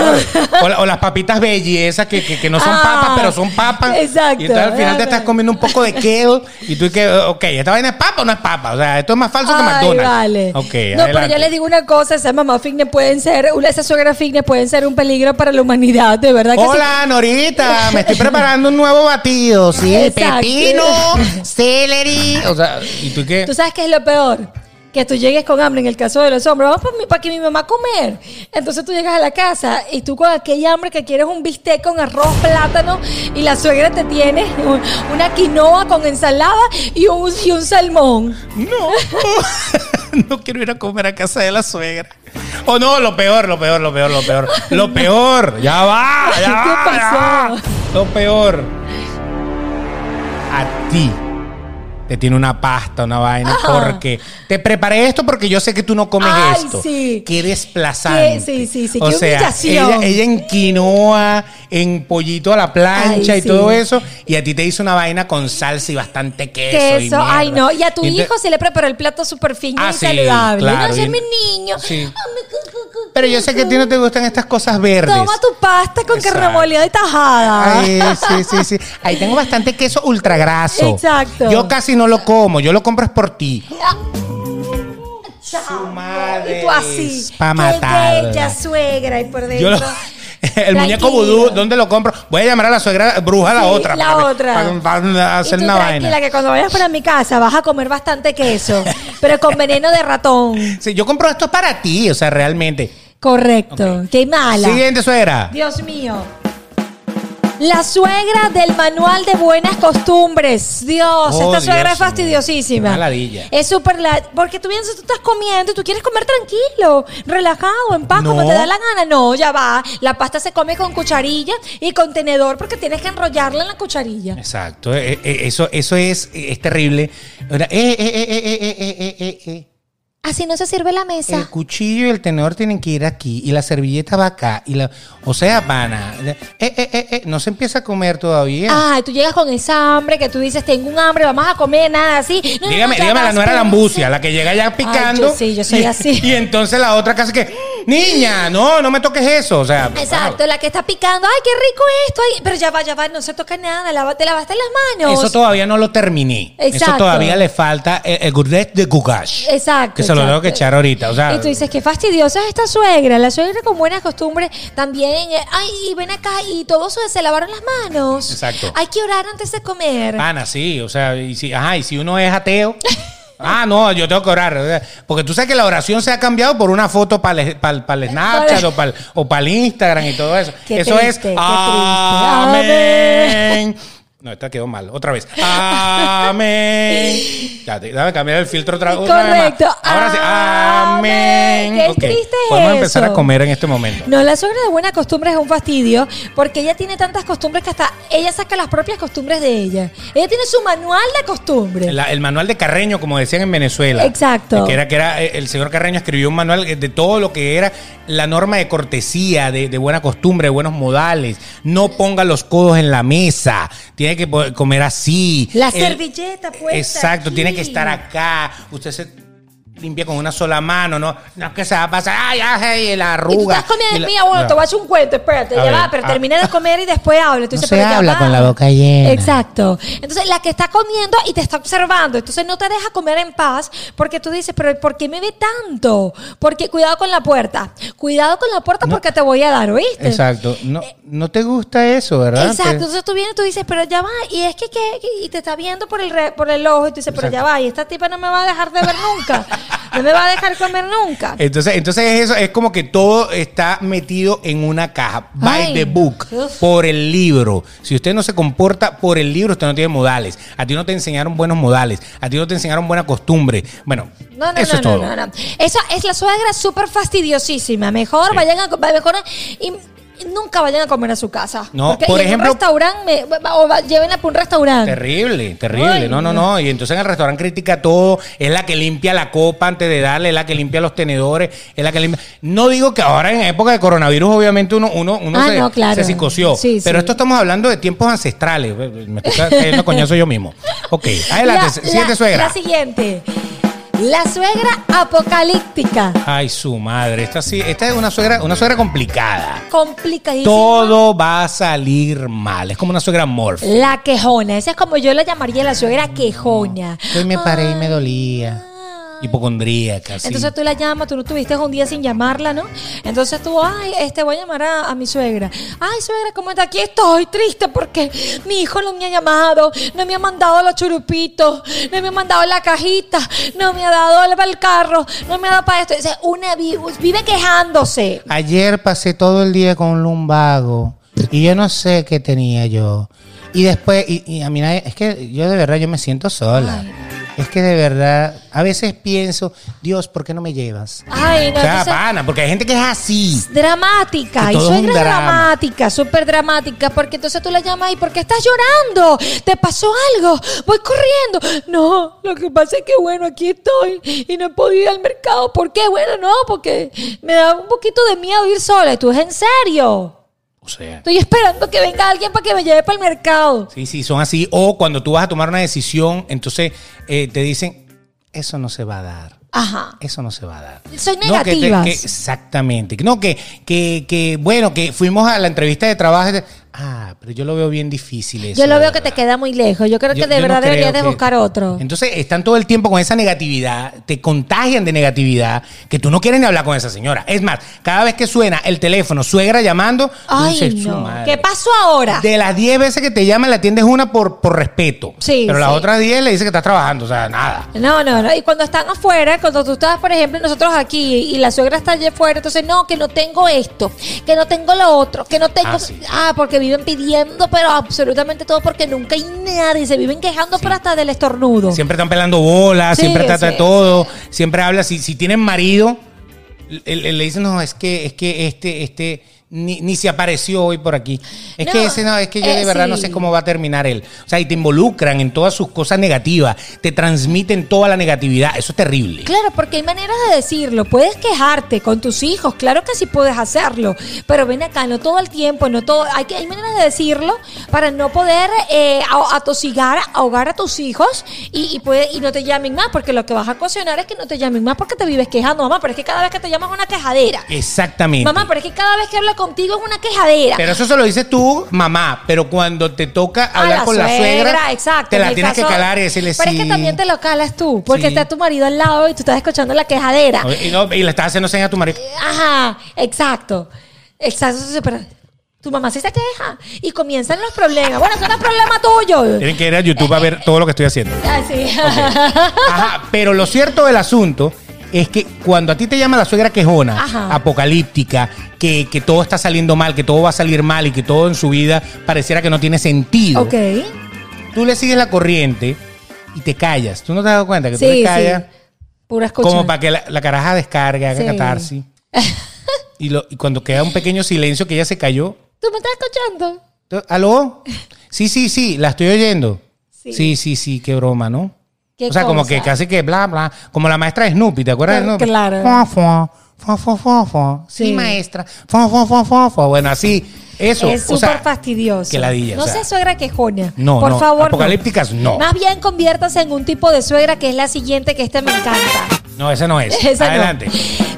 B: o, la- o las papitas veggie, esas que, que- que no son
A: Ah,
B: papas, pero son papas.
A: exacto.
B: Y entonces al final te
A: Ah,
B: estás
A: no.
B: comiendo un poco de kale y tú que, ok, ¿esta vaina es papa o no es papa? O sea, esto es más falso que
A: Ay,
B: McDonald's.
A: vale.
B: Ok,
A: no, pero
B: adelante.
A: yo les digo una cosa, esas mamás Figne pueden ser, una- esas suegras Figne pueden ser un peligro para la humanidad, de verdad que sí.
B: Hola, Norita, me estoy preparando un nuevo batido,
A: [LAUGHS]
B: sí,
A: Exacto.
B: pepino, celery, o sea, ¿y tú qué?
A: ¿Tú sabes qué es lo peor? Que tú llegues con hambre, en el caso de los hombres, vamos para, que mi mamá comer. Entonces tú llegas a la casa y tú con aquella hambre que quieres un bistec con arroz, plátano y la suegra te tiene [LAUGHS] un- una quinoa con ensalada y un, y un salmón.
B: No, no [LAUGHS] quiero ir a comer a casa de la suegra. Oh, no, lo peor, lo peor, lo peor, lo peor. Lo peor,
A: [LAUGHS]
B: ya va, ya
A: ¿Qué
B: va, ya va.
A: pasó?
B: Lo peor. A ti te tiene una pasta, una vaina,
A: Ajá.
B: porque te preparé esto porque yo sé que tú no comes
A: Ay,
B: esto.
A: sí.
B: Qué desplazante.
A: Qué- sí, sí, sí,
B: O
A: qué
B: sea,
A: humillación.
B: ella, ella en quinoa, en pollito a la plancha
A: Ay,
B: y
A: sí.
B: todo eso, y a ti te hizo una vaina con salsa y bastante queso. y
A: Queso, ay
B: mierda.
A: no. Y a tu
B: entonces-
A: hijo se le preparó el plato súper fino
B: Ah,
A: y
B: sí,
A: saludable.
B: claro,
A: no sé,
B: y-
A: mi niño.
B: Sí.
A: Ay, cu, cu, cu,
B: Pero yo sé que a ti no te gustan estas cosas verdes.
A: Toma tu pasta con
B: Exacto.
A: carne molida y tajada.
B: Ay, sí, sí, sí. Ahí tengo bastante queso ultragraso.
A: Exacto.
B: Yo casi no lo como, yo lo compro es por ti.
A: Ah.
B: Su madre.
A: Y tú así.
B: Pa'
A: qué
B: matarla.
A: bella suegra y por
B: Yo
A: dentro.
B: lo- [LAUGHS] el muñeco vudú, ¿dónde lo compro? Voy a llamar a la suegra bruja, la
A: Sí,
B: otra.
A: la
B: para-
A: otra.
B: Para, para hacer
A: y tú
B: una
A: tranquila
B: vaina.
A: que cuando vayas para mi casa vas a comer bastante queso, pero con veneno de ratón.
B: Sí, yo compro esto para ti, o sea, realmente.
A: Correcto. Qué mala.
B: Siguiente suegra.
A: Dios mío. La suegra del manual de buenas costumbres. Dios,
B: Oh,
A: esta suegra
B: Dios
A: es fastidiosísima.
B: mío, una ladilla.
A: Es súper la- Porque tú piensas, tú estás comiendo y tú quieres comer tranquilo, relajado, en paz, como
B: No.
A: te da la gana. No, ya va. La pasta se come con cucharilla y con tenedor porque tienes que enrollarla en la cucharilla.
B: Exacto, eh, eh, eso, eso es, eh, es terrible. Ahora, eh, eh, eh, eh, eh, eh, eh, eh, eh.
A: Así no se sirve la
B: El
A: mesa.
B: cuchillo y el tenedor tienen que ir aquí y la servilleta va acá y la, o sea, pana, eh, eh, eh, eh, no se empieza a comer todavía.
A: Ay, tú llegas con esa hambre que tú dices, tengo un hambre, vamos a comer, nada así. No, no, no,
B: dígame,
A: ya
B: dígame,
A: va,
B: la nuera
A: espérate.
B: lambucia, la que llega ya picando.
A: yo sí, yo soy
B: y,
A: así.
B: [LAUGHS] Y entonces la otra casi que, niña, no, no me toques eso, o sea.
A: Exacto, la que está picando, ay, qué rico esto, ay, pero ya va, ya va, no se toca nada, lava- te lavaste las manos.
B: Eso todavía no lo terminé. Eso
A: Exacto.
B: todavía le falta el, el gourmet de gugash.
A: Exacto.
B: Que se lo tengo
A: exacto.
B: que echar ahorita. O sea,
A: Y tú dices, qué fastidiosa es esta suegra. La suegra con buenas costumbres también. eh, Ay, y ven acá y todos se- se lavaron las manos.
B: Exacto. Ah.
A: Hay que orar antes de comer.
B: Pana, sí, o sea, y si, ajá, y si uno
A: [LAUGHS]
B: es ateo. Ah, no, yo tengo que orar. o sea, Porque tú sabes que la oración se ha cambiado por una foto para el, para el- para el
A: [LAUGHS]
B: Snapchat o para el, o para el Instagram y todo eso.
A: Qué
B: eso
A: triste,
B: es.
A: qué triste.
B: Amén. No, esta quedó mal. Otra vez.
A: [LAUGHS]
B: Amén. Ya, te- dame cambiar el filtro otra una vez. más.
A: Correcto.
B: Ahora sí.
A: Amén.
B: Amén.
A: Qué
B: Ok,
A: triste es
B: Podemos empezar
A: eso.
B: a comer en este momento.
A: No, la suegra de buena costumbre es un fastidio porque ella tiene tantas costumbres que hasta ella saca las propias costumbres de ella. Ella tiene su manual de costumbres.
B: La- el manual de Carreño, como decían en Venezuela.
A: Exacto.
B: Que era, que era, eh, el señor Carreño escribió un manual eh, de todo lo que era la norma de cortesía, de, de buena costumbre, de buenos modales. No ponga los codos en la mesa. Tiene que po- comer así.
A: La
B: El-
A: servilleta puesta
B: Exacto,
A: aquí.
B: tiene que estar acá. Usted se limpia con una sola mano, no, no es que se va a pasar, ay, ay,
A: Y
B: la
A: tú
B: arruga.
A: estás comiendo,
B: Y la-
A: mira, bueno,
B: No.
A: te voy a hacer un cuento, espérate,
B: A
A: ya
B: ver,
A: va, pero
B: ah.
A: termina de comer y después habla. Entonces,
B: se
A: pero ya
B: habla
A: va.
B: con la boca llena.
A: Exacto. Entonces, la que está comiendo y te está observando, entonces no te deja comer en paz porque tú dices, pero ¿por qué me ve tanto? Porque cuidado con la puerta, cuidado con la puerta porque te voy a dar, ¿oíste?
B: Exacto, no, no te gusta eso, ¿verdad?
A: Exacto,
B: Te-
A: entonces tú vienes y tú dices, pero ya va, y es que, que- que- y te está viendo por el, re- por el ojo y tú dices, pero ya va, y esta tipa no me va a dejar de ver nunca, no me va a dejar comer nunca.
B: Entonces, entonces es eso es como que todo está metido en una caja. By
A: Ay.
B: the book.
A: Uf.
B: Por el libro. Si usted no se comporta por el libro, usted no tiene modales. A ti no te enseñaron buenos modales. A ti no te enseñaron buena costumbre. Bueno,
A: No, no,
B: eso
A: no,
B: es
A: no,
B: todo.
A: no, no. Eso es la suegra súper fastidiosísima. Mejor vayan a mejor y- no nunca vayan a comer a su casa.
B: No,
A: Porque
B: por
A: en un
B: ejemplo-
A: restaurante, me- o va- llévenla para un restaurante.
B: Terrible, terrible.
A: Ay,
B: no, no, no. Y entonces en el restaurante critica todo. Es la que limpia la copa antes de darle, es la que limpia los tenedores, es la que limpia. No digo que ahora en época de coronavirus, obviamente, uno, uno, uno
A: Ah,
B: se,
A: no, claro.
B: se psicoseó.
A: Sí,
B: pero
A: sí.
B: esto estamos hablando de tiempos ancestrales. Pues, Me estoy
A: [LAUGHS]
B: cayendo a coñazo yo mismo. Ok, adelante.
A: La-
B: siguiente
A: la-
B: suegra.
A: La siguiente. La suegra apocalíptica.
B: Ay, su madre. Esta sí, esta es una suegra, una suegra complicada.
A: Complicadísima.
B: Todo va a salir mal. Es como una suegra morf.
A: La quejona. Esa es como yo la llamaría la suegra quejona.
B: Hoy me paré y me dolía.
A: Ay.
B: Hipocondríaca, sí.
A: Entonces tú la llamas, tú no tuviste un día sin llamarla, ¿no? Entonces tú, ay, este, voy a llamar a, a mi suegra. Ay, suegra, ¿cómo está? Aquí estoy triste porque mi hijo no me ha llamado, no me ha mandado los churupitos, no me ha mandado la cajita, no me ha dado el, para el carro, no me ha dado para esto. Dice, una vi- vive quejándose.
C: Ayer pasé todo el día con un lumbago y yo no sé qué tenía yo. Y después, y, y a mí nadie- es que yo de verdad yo me siento sola.
A: Ay.
C: Es que de verdad, a veces pienso, Dios, ¿por qué no me llevas?
A: Ay, no,
B: O sea,
A: entonces-
B: pana, porque hay gente que es así.
A: dramática.
B: Que
A: y
B: todo es un
A: suegra
B: drama.
A: dramática, súper dramática, porque entonces tú la llamas y porque estás llorando, te pasó algo, voy corriendo. No, lo que pasa es que bueno, aquí estoy y no he podido ir al mercado. ¿Por qué? Bueno, no, porque me da un poquito de miedo ir sola. Y tú es en serio.
B: O sea.
A: Estoy esperando que venga alguien para que me lleve para el mercado.
B: Sí, sí, son así. O cuando tú vas a tomar una decisión, entonces eh, te dicen, eso no se va a dar.
A: Ajá.
B: Eso no se va a dar.
A: Son
B: No, que te-
A: negativas.
B: que- exactamente. No, que, que, que, bueno, que fuimos a la entrevista de trabajo. y te- Ah, pero yo lo veo bien difícil eso.
A: Yo lo
B: de
A: veo que te
B: verdad.
A: queda muy lejos. Yo creo
B: Yo-
A: que de
B: yo no
A: verdad
B: creo
A: deberías de
B: que-
A: buscar otro.
B: Entonces están todo el tiempo con esa negatividad, te contagian de negatividad, que tú no quieres ni hablar con esa señora. Es más, cada vez que suena el teléfono, suegra llamando, tú
A: Ay,
B: dices, "Su
A: no.
B: madre".
A: ¿Qué pasó ahora?
B: De las 10 veces que te llaman, la atiendes una por, por respeto.
A: Sí,
B: Pero las
A: sí.
B: otras 10 le dice que estás trabajando, o sea, nada.
A: No, no, no. Y cuando están afuera, cuando tú estás, por ejemplo, nosotros aquí y la suegra está allá afuera, entonces no, que no tengo esto, que no tengo lo otro, que no tengo.
B: Ah,
A: Ah,
B: sí.
A: porque viven pidiendo, pero absolutamente todo, porque nunca hay nadie. Se viven quejando por hasta del estornudo.
B: Siempre están pelando bolas,
A: Sí,
B: siempre trata de
A: sí.
B: todo, siempre habla. Si, si tienen marido, le, le- le dicen, no, es que, es que este, este, ni, ni se apareció hoy por aquí. Es
A: No,
B: que ese no, es que yo
A: eh,
B: de verdad no
A: sí.
B: sé cómo va a terminar él. O sea, y te involucran en todas sus cosas negativas, te transmiten toda la negatividad. Eso es terrible.
A: Claro, porque hay maneras de decirlo. Puedes quejarte con tus hijos, claro que sí puedes hacerlo, pero ven acá, no todo el tiempo, no todo. Hay, que, hay maneras de decirlo para no poder eh, a- atosigar, ahogar a tus hijos y, y, puede- y no te llamen más, porque lo que vas a ocasionar es que no te llamen más porque te vives quejando, mamá, pero es que cada vez que te llamas es una quejadera.
B: Exactamente.
A: Mamá, pero es que cada vez que hablo contigo es una quejadera.
B: Pero eso se lo dices tú, mamá. Pero cuando te toca
A: A
B: hablar con la suegra,
A: exacto,
B: te
A: en
B: la
A: el
B: tienes que
A: caso-
B: calar y decirle
A: Pero
B: sí.
A: es que también te lo calas tú, porque
B: Sí.
A: está tu marido al lado y tú estás escuchando la quejadera.
B: Y, no, y le estás haciendo señas a tu marido.
A: Ajá, exacto. Exacto. sí, pero tu mamá sí se queja y comienzan los problemas. Bueno, eso no es problema tuyo.
B: Tienen que ir a YouTube a ver todo lo que estoy haciendo.
A: Ah, sí.
B: Ajá, pero lo cierto del asunto es que cuando a ti te llama la suegra quejona,
A: Ajá.
B: apocalíptica, que, que todo está saliendo mal, que todo va a salir mal y que todo en su vida pareciera que no tiene
A: [LAUGHS]
B: sentido,
A: ok.
B: tú le sigues la corriente y te callas. ¿Tú no te has dado cuenta que tú
A: Sí,
B: te
A: sí.
B: callas?
A: Pura escucha.
B: Como para que la, la caraja descargue, haga
A: Sí. [LAUGHS]
B: catarsis. Y, lo- y cuando queda un pequeño silencio que ella se cayó,
A: ¿Tú me estás escuchando?
B: tú, ¿aló? Sí, sí, sí, la estoy oyendo.
A: Sí.
B: Sí, sí, sí, qué broma, ¿no?
A: ¿Qué
B: o sea, como
A: cosa?
B: que casi que bla, bla. Como la maestra de Snoopy, ¿te acuerdas de
A: Claro,
B: Snoopy?
A: claro.
B: Fua, fua, fua, fua, fua, fua. Sí,
A: Sí.
B: maestra. Fua, fua, fua, fua, fua. Bueno, así, eso.
A: es
B: o
A: súper
B: sea,
A: fastidioso.
B: que ladilla,
A: no
B: o sea.
A: sea suegra quejona.
B: No,
A: Por
B: no,
A: favor.
B: apocalípticas, no.
A: Más bien conviértase en un tipo de suegra que es la siguiente, que esta me encanta.
B: [LAUGHS] No,
A: [LAUGHS]
B: esa no es.
A: Esa no.
B: Adelante.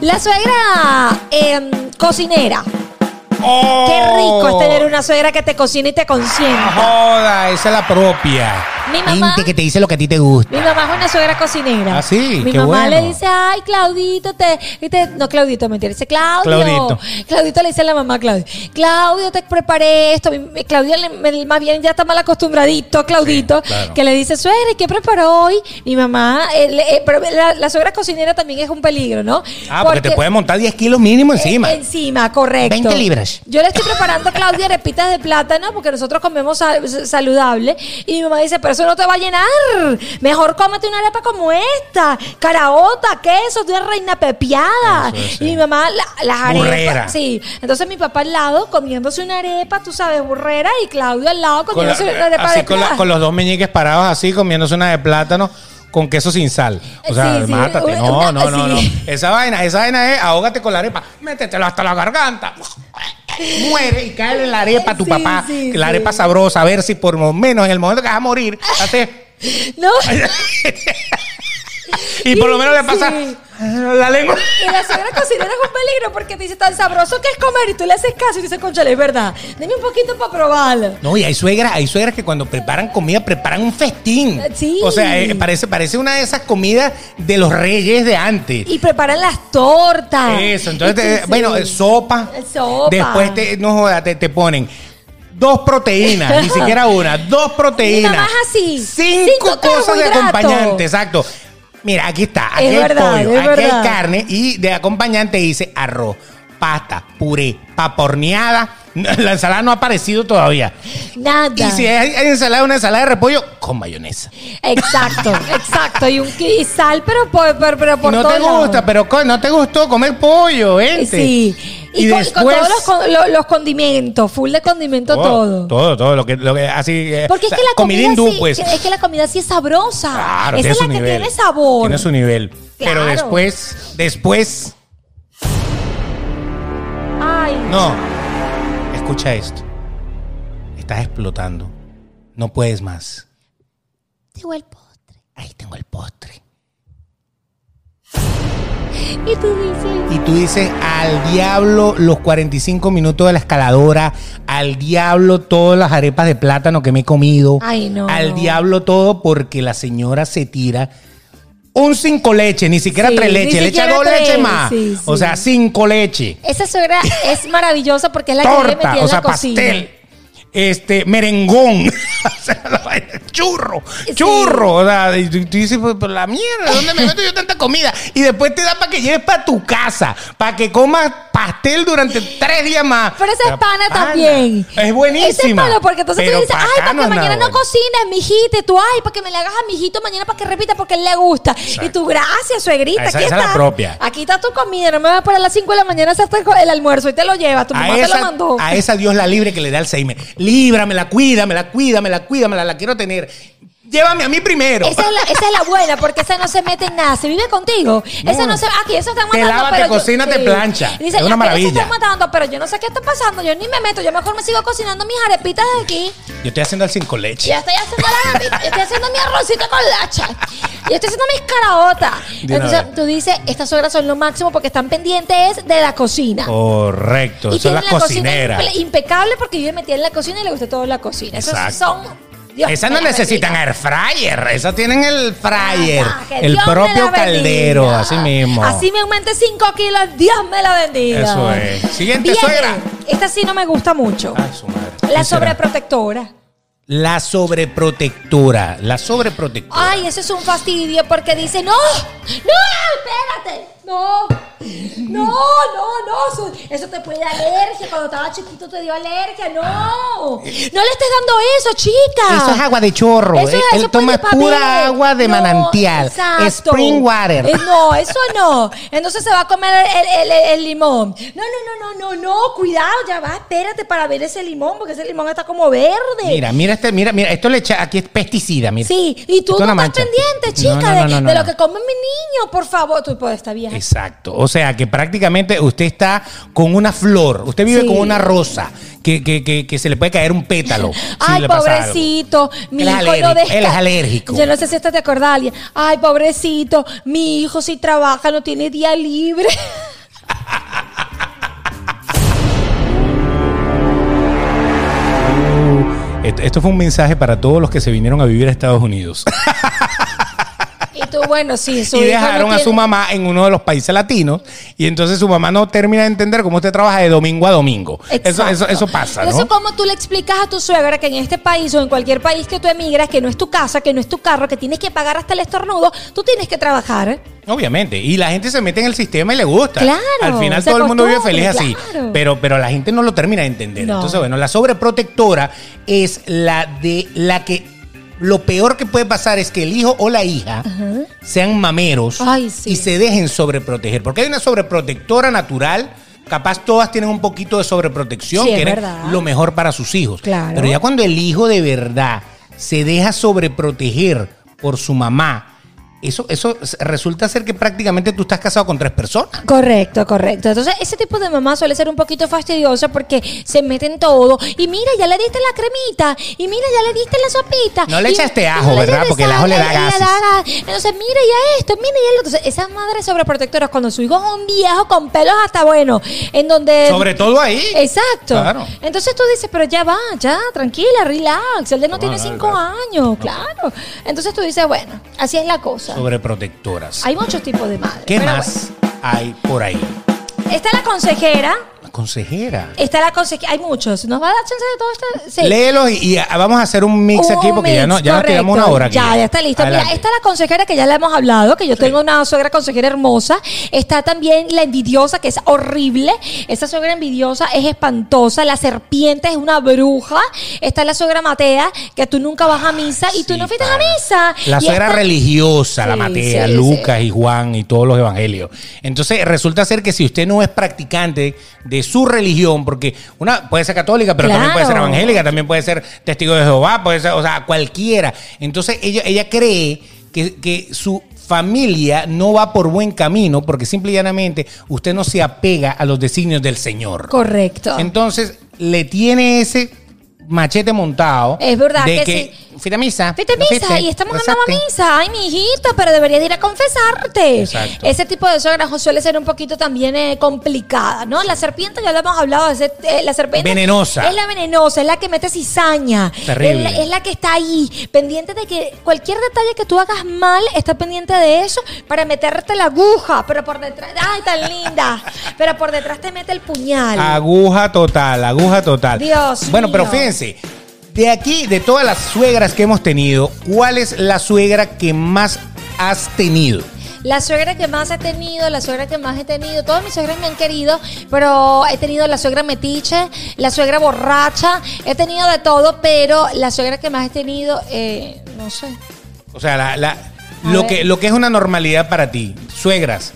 A: La suegra em, cocinera.
B: ¡Oh!
A: Qué rico es tener una suegra que te cocina y te consienta.
B: Joda, esa es la propia.
A: Mi mamá-
B: Gente que te dice lo que a ti te gusta.
A: Mi mamá es una suegra cocinera.
B: Ah, sí,
A: Mi
B: qué
A: mamá
B: bueno.
A: le dice, ay, Claudito, te, y te- No, Claudito, mentira. Dice, Claudio.
B: Claudito.
A: Claudito. le dice a la mamá, a Claudio. Claudio, te preparé esto. Mi- mi- Claudio, le- me- más bien, ya está mal acostumbradito, Claudito,
B: Sí, claro.
A: que le dice, suegra, ¿y qué preparó hoy? Mi mamá, eh, le- eh, pero la, la suegra cocinera también es un peligro, ¿no?
B: Ah, porque, te puede montar 10 kilos mínimo encima.
A: Eh, Encima, correcto.
B: 20 libras.
A: Yo le estoy preparando a Claudia arepitas de plátano porque nosotros comemos sal- saludable. Y mi mamá dice, pero pero eso no te va a llenar. Mejor cómete una arepa como esta. Caraota, queso, de reina pepiada.
B: Eso es,
A: Y mi
B: sí.
A: mamá, la- las arepas.
B: Burrera.
A: Sí. Entonces mi papá al lado comiéndose una arepa, tú sabes, burrera, y Claudio al lado
B: Con la-
A: comiéndose una arepa
B: así
A: de
B: con, la-
A: pla-
B: con los dos meñiques parados así, comiéndose una de plátano con queso sin sal. O sea,
A: Sí, sí,
B: mátate.
A: una-
B: No, no, no, no.
A: sí.
B: Esa vaina, esa vaina es ahógate con la arepa, métetelo hasta la garganta. Muere y cae en la arepa a tu
A: Sí,
B: papá.
A: sí,
B: la
A: sí.
B: arepa sabrosa, a ver si por lo menos en el momento que vas a morir, hace.
A: No,
B: Y por lo menos le pasa
A: Sí.
B: la lengua.
A: [LAUGHS] y la señora cocinera es un peligro porque te dice tan sabroso que es comer y tú le haces caso y dices, conchale, es verdad. Deme un poquito para probarlo.
B: No, y hay suegras, hay suegras que cuando preparan comida preparan un festín.
A: Sí.
B: O sea, eh, parece, parece una de esas comidas de los reyes de antes.
A: Y preparan las tortas.
B: Eso,
A: Y tú [LAUGHS]
B: entonces, te-
A: dices,
B: bueno, eh, sopa.
A: Ah. Sopa.
B: Después te, no jodas, te, te ponen dos
A: [LAUGHS]
B: proteínas, ni siquiera una, dos proteínas.
A: más así.
B: Cinco,
A: Cinco
B: cosas de
A: carbohidratos.
B: acompañante, exacto. Mira, aquí está, aquí
A: Es
B: hay
A: verdad,
B: pollo,
A: es
B: aquí
A: verdad.
B: hay carne y de acompañante dice arroz, pasta, puré, paporneada. La ensalada no ha aparecido todavía.
A: Nada.
B: Y si hay, hay ensalada, una ensalada de repollo con mayonesa.
A: Exacto, exacto. Y, un, y sal, pero por, pero, pero por
B: no
A: todos
B: te gusta,
A: lados.
B: pero co- no te gustó comer pollo, gente.
A: Sí. Y,
B: Y
A: con,
B: después...
A: con todos los, con- lo- los condimentos, full de condimento todo.
B: Todo, todo, lo que, lo que así. eh,
A: Porque es
B: o sea,
A: que la comida,
B: hindú,
A: sí,
B: pues.
A: que- es que la comida sí es sabrosa.
B: Claro,
A: Esa
B: tiene
A: es
B: su
A: la que
B: nivel.
A: tiene sabor.
B: Tiene su nivel. Pero
A: Claro.
B: después, después,
A: Ay,
B: no. Escucha esto. Estás explotando. No puedes más.
A: tengo el postre.
B: Ahí tengo el postre.
A: Y tú dices,
B: Y tú dices, al diablo los 45 minutos de la escaladora, al diablo todas las arepas de plátano que me he comido,
A: Ay, no.
B: al diablo todo porque la señora se tira un cinco leche, ni siquiera
A: Sí,
B: tres
A: ni
B: leches, le echa
A: siquiera
B: dos
A: tres,
B: leches más.
A: sí,
B: O
A: sí.
B: sea, cinco leche,
A: esa suegra es maravillosa porque es la que yo le
B: torta,
A: metí en
B: o sea,
A: la cocina.
B: pastel. Este, merengón, [LAUGHS] O sea, la vaina, churro,
A: Sí.
B: churro. O sea, y tú, tú dices, pues, pues, la mierda, ¿dónde me meto yo tanta comida? Y después te da para que lleves para tu casa, para que comas pastel durante tres días más.
A: Pero esa es
B: La
A: pana, también.
B: Es buenísima.
A: Esa es pana porque entonces
B: Pero
A: tú dices,
B: pa'
A: ay,
B: acá
A: para que
B: es nada
A: mañana no
B: bueno".
A: cocines, mijita. Y tú, ay, para que me le hagas a mi hijito mañana para que repita porque él le gusta. Y tú, gracias, suegrita.
B: Esa-
A: aquí
B: esa es
A: está.
B: la propia.
A: Aquí está tu comida. No me vas a poner a las 5 de la mañana a hacerte el almuerzo y te lo lleva. Tu mamá
B: a,
A: te
B: esa,
A: lo mandó.
B: a esa Dios la libre que le da el seime. Líbramela, cuídamela, cuídamela, cuídamela, la quiero tener. Llévame a mí primero.
A: Esa es, la, esa es la buena, porque esa no se mete en nada. Se vive contigo. Esa no se. Aquí, eso están
B: Te
A: matando.
B: lava,
A: pero
B: te cocina, te plancha.
A: Dice,
B: Es una
A: "Aquí eso
B: maravilla".
A: están matando, pero yo no sé qué está pasando. Yo ni me meto. Yo mejor me sigo cocinando mis arepitas de aquí.
B: Yo estoy haciendo el cinco leche.
A: Yo estoy haciendo la [LAUGHS] yo estoy haciendo mi arrocito con lacha. Yo estoy haciendo mis caraotas.
B: De una
A: Entonces
B: vez.
A: tú dices, estas suegras son lo máximo porque están pendientes de la cocina.
B: Correcto, Oh, son
A: tienen
B: las cocineras.
A: impe- impecable porque yo me metí en la cocina y le gusta todo la cocina. Esos
B: Exacto.
A: son. Dios
B: Esas
A: me
B: no
A: la
B: necesitan
A: bendiga.
B: air fryer, esas tienen el fryer,
A: Ah, que
B: el
A: Dios me la
B: propio
A: bendiga.
B: caldero, así mismo.
A: Así me aumente 5 kilos, Dios me la bendiga.
B: Eso es. Siguiente,
A: Viene,
B: suegra. Ah,
A: Esta sí no me gusta mucho.
B: Ay, su madre.
A: la
B: ¿Quién será?
A: sobreprotectora.
B: La sobreprotectora, la sobreprotectora.
A: Ay, eso es un fastidio porque dice, no, no, espérate, no, no, no, no, eso, eso te puede dar alergia, cuando estaba chiquito te dio alergia, no, no le estés dando eso, chica.
C: Eso es agua de chorro.
A: Ah.
C: eh,
A: Eso-
C: Él, él
A: eso
C: toma
A: puede papel.
C: pura agua de
A: No,
C: manantial.
A: exacto.
C: Spring water.
A: Eh, no, eso no. Entonces se va a comer el, el- el- el limón. No, no, no, no, no, no. Cuidado, ya va, espérate para ver ese limón, porque ese limón está como verde.
C: Mira, mira este, mira, mira, esto le echa, aquí es pesticida, mira.
A: Sí, y tú
C: Esto
A: no
C: es
A: estás
C: una mancha.
A: pendiente, chica,
C: No, no, no,
A: de,
C: no, no,
A: de
C: no.
A: lo que come mi niño, por favor. Tú puedes estar bien.
B: Exacto, o sea que prácticamente usted está con una flor, usted vive
A: Sí.
B: con una rosa que, que- que- que se le puede caer un
A: [LAUGHS]
B: pétalo. si
A: Ay,
B: le pasa algo.
A: pobrecito, mi
B: Él es
A: hijo no
B: alérgico,
A: deja.
B: él es alérgico.
A: Yo no sé si esta te acordás, alguien. Ay, pobrecito, mi hijo si trabaja, no tiene día
B: [LAUGHS]
A: libre.
B: Esto, esto fue un mensaje para todos los que se vinieron a vivir a Estados Unidos
A: Y tú, bueno, sí, su hijo
B: y
A: no
B: dejaron a
A: tiene-
B: su mamá en uno de los países latinos y entonces su mamá no termina de entender cómo usted trabaja de domingo a domingo. Eso,
A: Exacto.
B: eso, eso pasa,
A: Pero
B: ¿no?
A: Eso como tú le explicas a tu suegra que en este país o en cualquier país que tú emigras, que no es tu casa, que no es tu carro, que tienes que pagar hasta el estornudo, tú tienes que trabajar.
B: Obviamente, y la gente se mete en el sistema y le gusta.
A: Claro,
B: Al final
A: se
B: todo el mundo vive
A: acostumbra,
B: feliz así,
A: claro.
B: pero, pero la gente no lo termina de entender.
A: No.
B: Entonces, bueno, la sobreprotectora es la de la que lo peor que puede pasar es que el hijo o la hija sean mameros
A: Ay, sí.
B: y se dejen sobreproteger. Porque hay una sobreprotectora natural. Capaz todas tienen un poquito de sobreprotección,
A: Sí, es
B: quieren
A: verdad.
B: lo mejor para sus hijos.
A: Claro.
B: Pero ya cuando el hijo de verdad se deja sobreproteger por su mamá, eso, eso resulta ser que prácticamente tú estás casado con tres personas.
A: Correcto, correcto. Entonces, ese tipo de mamá suele ser un poquito fastidiosa porque se meten todo. Y mira, ya le diste la cremita. Y mira, ya le diste la sopita.
B: No le
A: y-
B: echaste
A: y
B: ajo,
A: no le
B: ¿verdad?
A: echaste
B: Porque el ajo le da gases.
A: gas. Entonces, mira ya esto, mira ya lo otro. Entonces, esas madres sobreprotectoras, cuando su hijo es un viejo con pelos hasta bueno, en donde.
B: Sobre todo ahí.
A: Exacto.
B: Claro.
A: Entonces tú dices, pero ya va, ya, tranquila, relax. El de no tiene cinco años, claro. Entonces tú dices, bueno, así es la cosa.
B: Sobreprotectoras.
A: Hay muchos tipos de madres.
B: ¿Qué
A: pero
B: más hay por ahí?
A: bueno. Está la consejera,
B: La consejera.
A: está la consejera, hay muchos. ¿Nos va a dar chance de todo esto? Sí.
B: Léelos y, y vamos a hacer un mix
A: Este Un
B: aquí porque ya, no, ya nos
A: correcto.
B: quedamos una hora aquí.
A: Ya, ya está listo. Mira,
B: Adelante.
A: está la consejera que ya la hemos hablado, que yo tengo una suegra consejera hermosa. Está también la envidiosa, que es horrible. Esa suegra envidiosa es espantosa. La serpiente es una bruja. Está la suegra Matea, que tú nunca vas a misa y tú
B: Sí,
A: no fuiste a
B: para.
A: misa.
B: La
A: Y
B: suegra
A: esta-
B: religiosa, la
A: Sí,
B: Matea,
A: sí,
B: Lucas y Juan y todos los evangelios. Entonces resulta ser que si usted no es practicante de su religión, porque una puede ser católica, pero también puede ser
A: Claro.
B: evangélica, también puede ser testigo de Jehová, puede ser, o sea, cualquiera. Entonces ella, ella cree que, que su familia no va por buen camino porque simple y llanamente usted no se apega a los designios del Señor.
A: Correcto.
B: Entonces le tiene ese machete montado.
A: Es verdad
B: de
A: que
B: que,
A: sí.
B: Fuiste a misa.
A: Vete a
B: ¿No
A: misa
B: fuiste?
A: y esta mujer no va
B: ¿Rezaste?
A: a misa. Ay, mi hijita, pero deberías de ir a confesarte.
B: Exacto.
A: Ese tipo de suegra suele ser un poquito también eh, complicada, ¿no? La serpiente, ya lo hemos hablado, ese- eh, la serpiente.
B: Venenosa.
A: Es la venenosa, es la que mete cizaña.
B: Terrible.
A: Es la, es la que está ahí, pendiente de que cualquier detalle que tú hagas mal, está pendiente de eso para meterte la aguja, pero por detrás, ay, tan linda, pero por detrás te mete el puñal.
B: Ah, Aguja total, aguja total.
A: Dios
B: Bueno, pero
A: mío.
B: fíjense. De aquí, de todas las suegras que hemos tenido, ¿cuál es la suegra que más has tenido?
A: La suegra que más he tenido, la suegra que más he tenido, todas mis suegras me han querido, pero he tenido la suegra metiche, la suegra borracha, he tenido de todo, pero la suegra que más he tenido, eh, no sé.
B: O sea, la, la-
A: A
B: lo,
A: ver.
B: que, lo que es una normalidad para ti, suegras.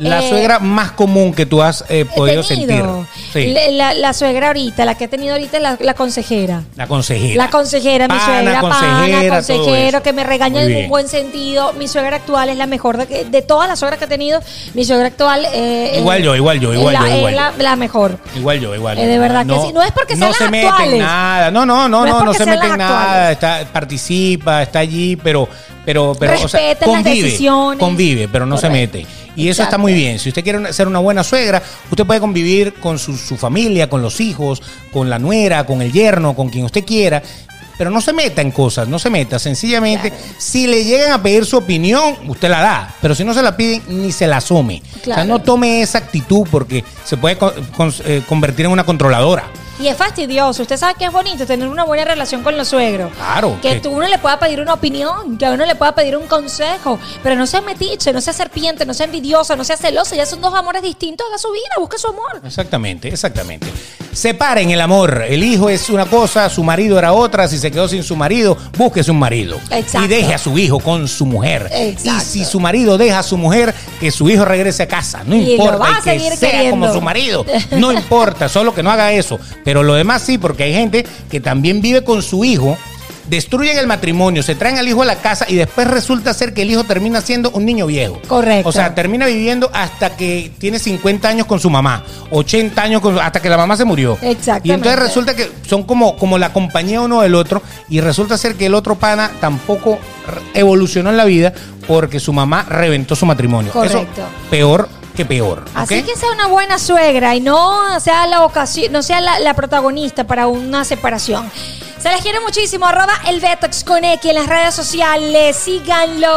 B: La
A: Eh,
B: suegra más común que tú has eh,
A: He
B: podido
A: tenido.
B: sentir. Sí,
A: Le- La, la suegra ahorita, la que he tenido ahorita es la, la consejera.
B: la consejera.
A: La consejera, mi
B: Pana,
A: suegra, pana,
B: consejera, todo
A: consejero,
B: eso.
A: que me regaña
B: Muy
A: en un
B: bien.
A: buen sentido. Mi suegra actual es la mejor de, de todas las suegras que he tenido. Mi suegra actual eh,
B: Igual
A: es-
B: yo, igual yo, igual
A: es la-
B: yo, igual
A: es la-
B: yo.
A: la mejor.
B: Igual yo, igual.
A: Eh,
B: yo.
A: de verdad que sí. No es porque sean
B: no
A: las
B: se meten
A: actuales.
B: nada. No, no,
A: No
B: no,
A: es
B: no, no,
A: porque
B: se
A: sean las
B: meten nada.
A: actuales.
B: Está, participa, está allí, pero, pero, pero o sea,
A: Respeta las
B: convive,
A: decisiones.
B: convive, pero no se
A: Correcto.
B: mete. Y eso está
A: Exacto.
B: muy bien. Si usted quiere una- ser una buena suegra, usted puede convivir con su, su familia, con los hijos, con la nuera, con el yerno, con quien usted quiera. Pero no se meta en cosas, no se meta. Sencillamente,
A: Claro.
B: si le llegan a pedir su opinión, usted la da. Pero si no se la piden, ni se la asome. O sea,
A: Claro.
B: no tome esa actitud porque se puede con- con- eh, convertir en una controladora.
A: Y es fastidioso. Usted sabe que es bonito tener una buena relación con los suegros.
B: Claro,
A: Que
B: que-
A: tú- uno le pueda pedir una opinión, que a uno le pueda pedir un consejo. Pero no sea metiche, no sea serpiente, no sea envidiosa, no sea celosa. Ya son dos amores distintos. Haga su vida, busque su amor.
B: Exactamente, exactamente. Separen el amor. El hijo es una cosa, su marido era otra. Si se quedó sin su marido, búsquese un marido.
A: Exacto.
B: Y deje a su hijo con su mujer.
A: Exacto.
B: Y si su marido deja a su mujer, que su hijo regrese a casa. No
A: Y lo
B: importa.
A: va a
B: y que
A: seguir
B: sea
A: queriendo.
B: como su marido. No importa, solo que no haga eso. Pero lo demás sí, porque hay gente que también vive con su hijo. Destruyen el matrimonio, se traen al hijo a la casa y después resulta ser que el hijo termina siendo un niño viejo.
A: Correcto.
B: O sea, termina viviendo hasta que tiene 50 años con su mamá, 80 años con, hasta que la mamá se murió.
A: Exactamente.
B: Y entonces resulta que son como, como la compañía uno del otro y resulta ser que el otro pana tampoco re- evolucionó en la vida porque su mamá reventó su matrimonio.
A: Correcto.
B: Eso, peor que peor.
A: Así
B: ¿ok?
A: que sea una buena suegra y no sea la ocasión, no sea la, la protagonista para una separación. Se les quiere muchísimo. Arroba el Betox con X en las redes sociales. Síganlo.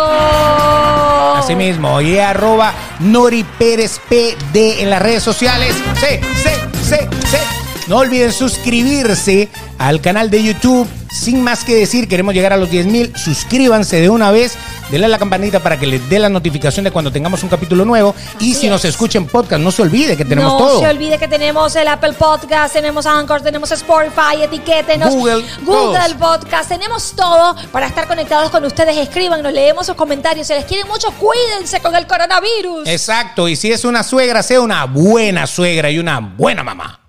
B: Así mismo, y arroba Nori Pérez PD en las redes sociales. Sí, sí, sí, sí. No olviden suscribirse al canal de YouTube. Sin más que decir, queremos llegar a los 10.000 mil. Suscríbanse de una vez. Denle a la campanita para que les dé la notificación de cuando tengamos un capítulo nuevo. y
A: Así
B: si nos
A: es.
B: escuchen podcast, no se olvide que tenemos
A: no
B: todo.
A: se olvide que tenemos el Apple Podcast, tenemos Anchor, tenemos Spotify, etiquétenos.
B: Google,
A: Google Podcast, tenemos todo para estar conectados con ustedes. Escríbanos, leemos sus comentarios. Si les quieren mucho, cuídense con el coronavirus.
B: Exacto. Y si es una suegra, sea una buena suegra y una buena mamá.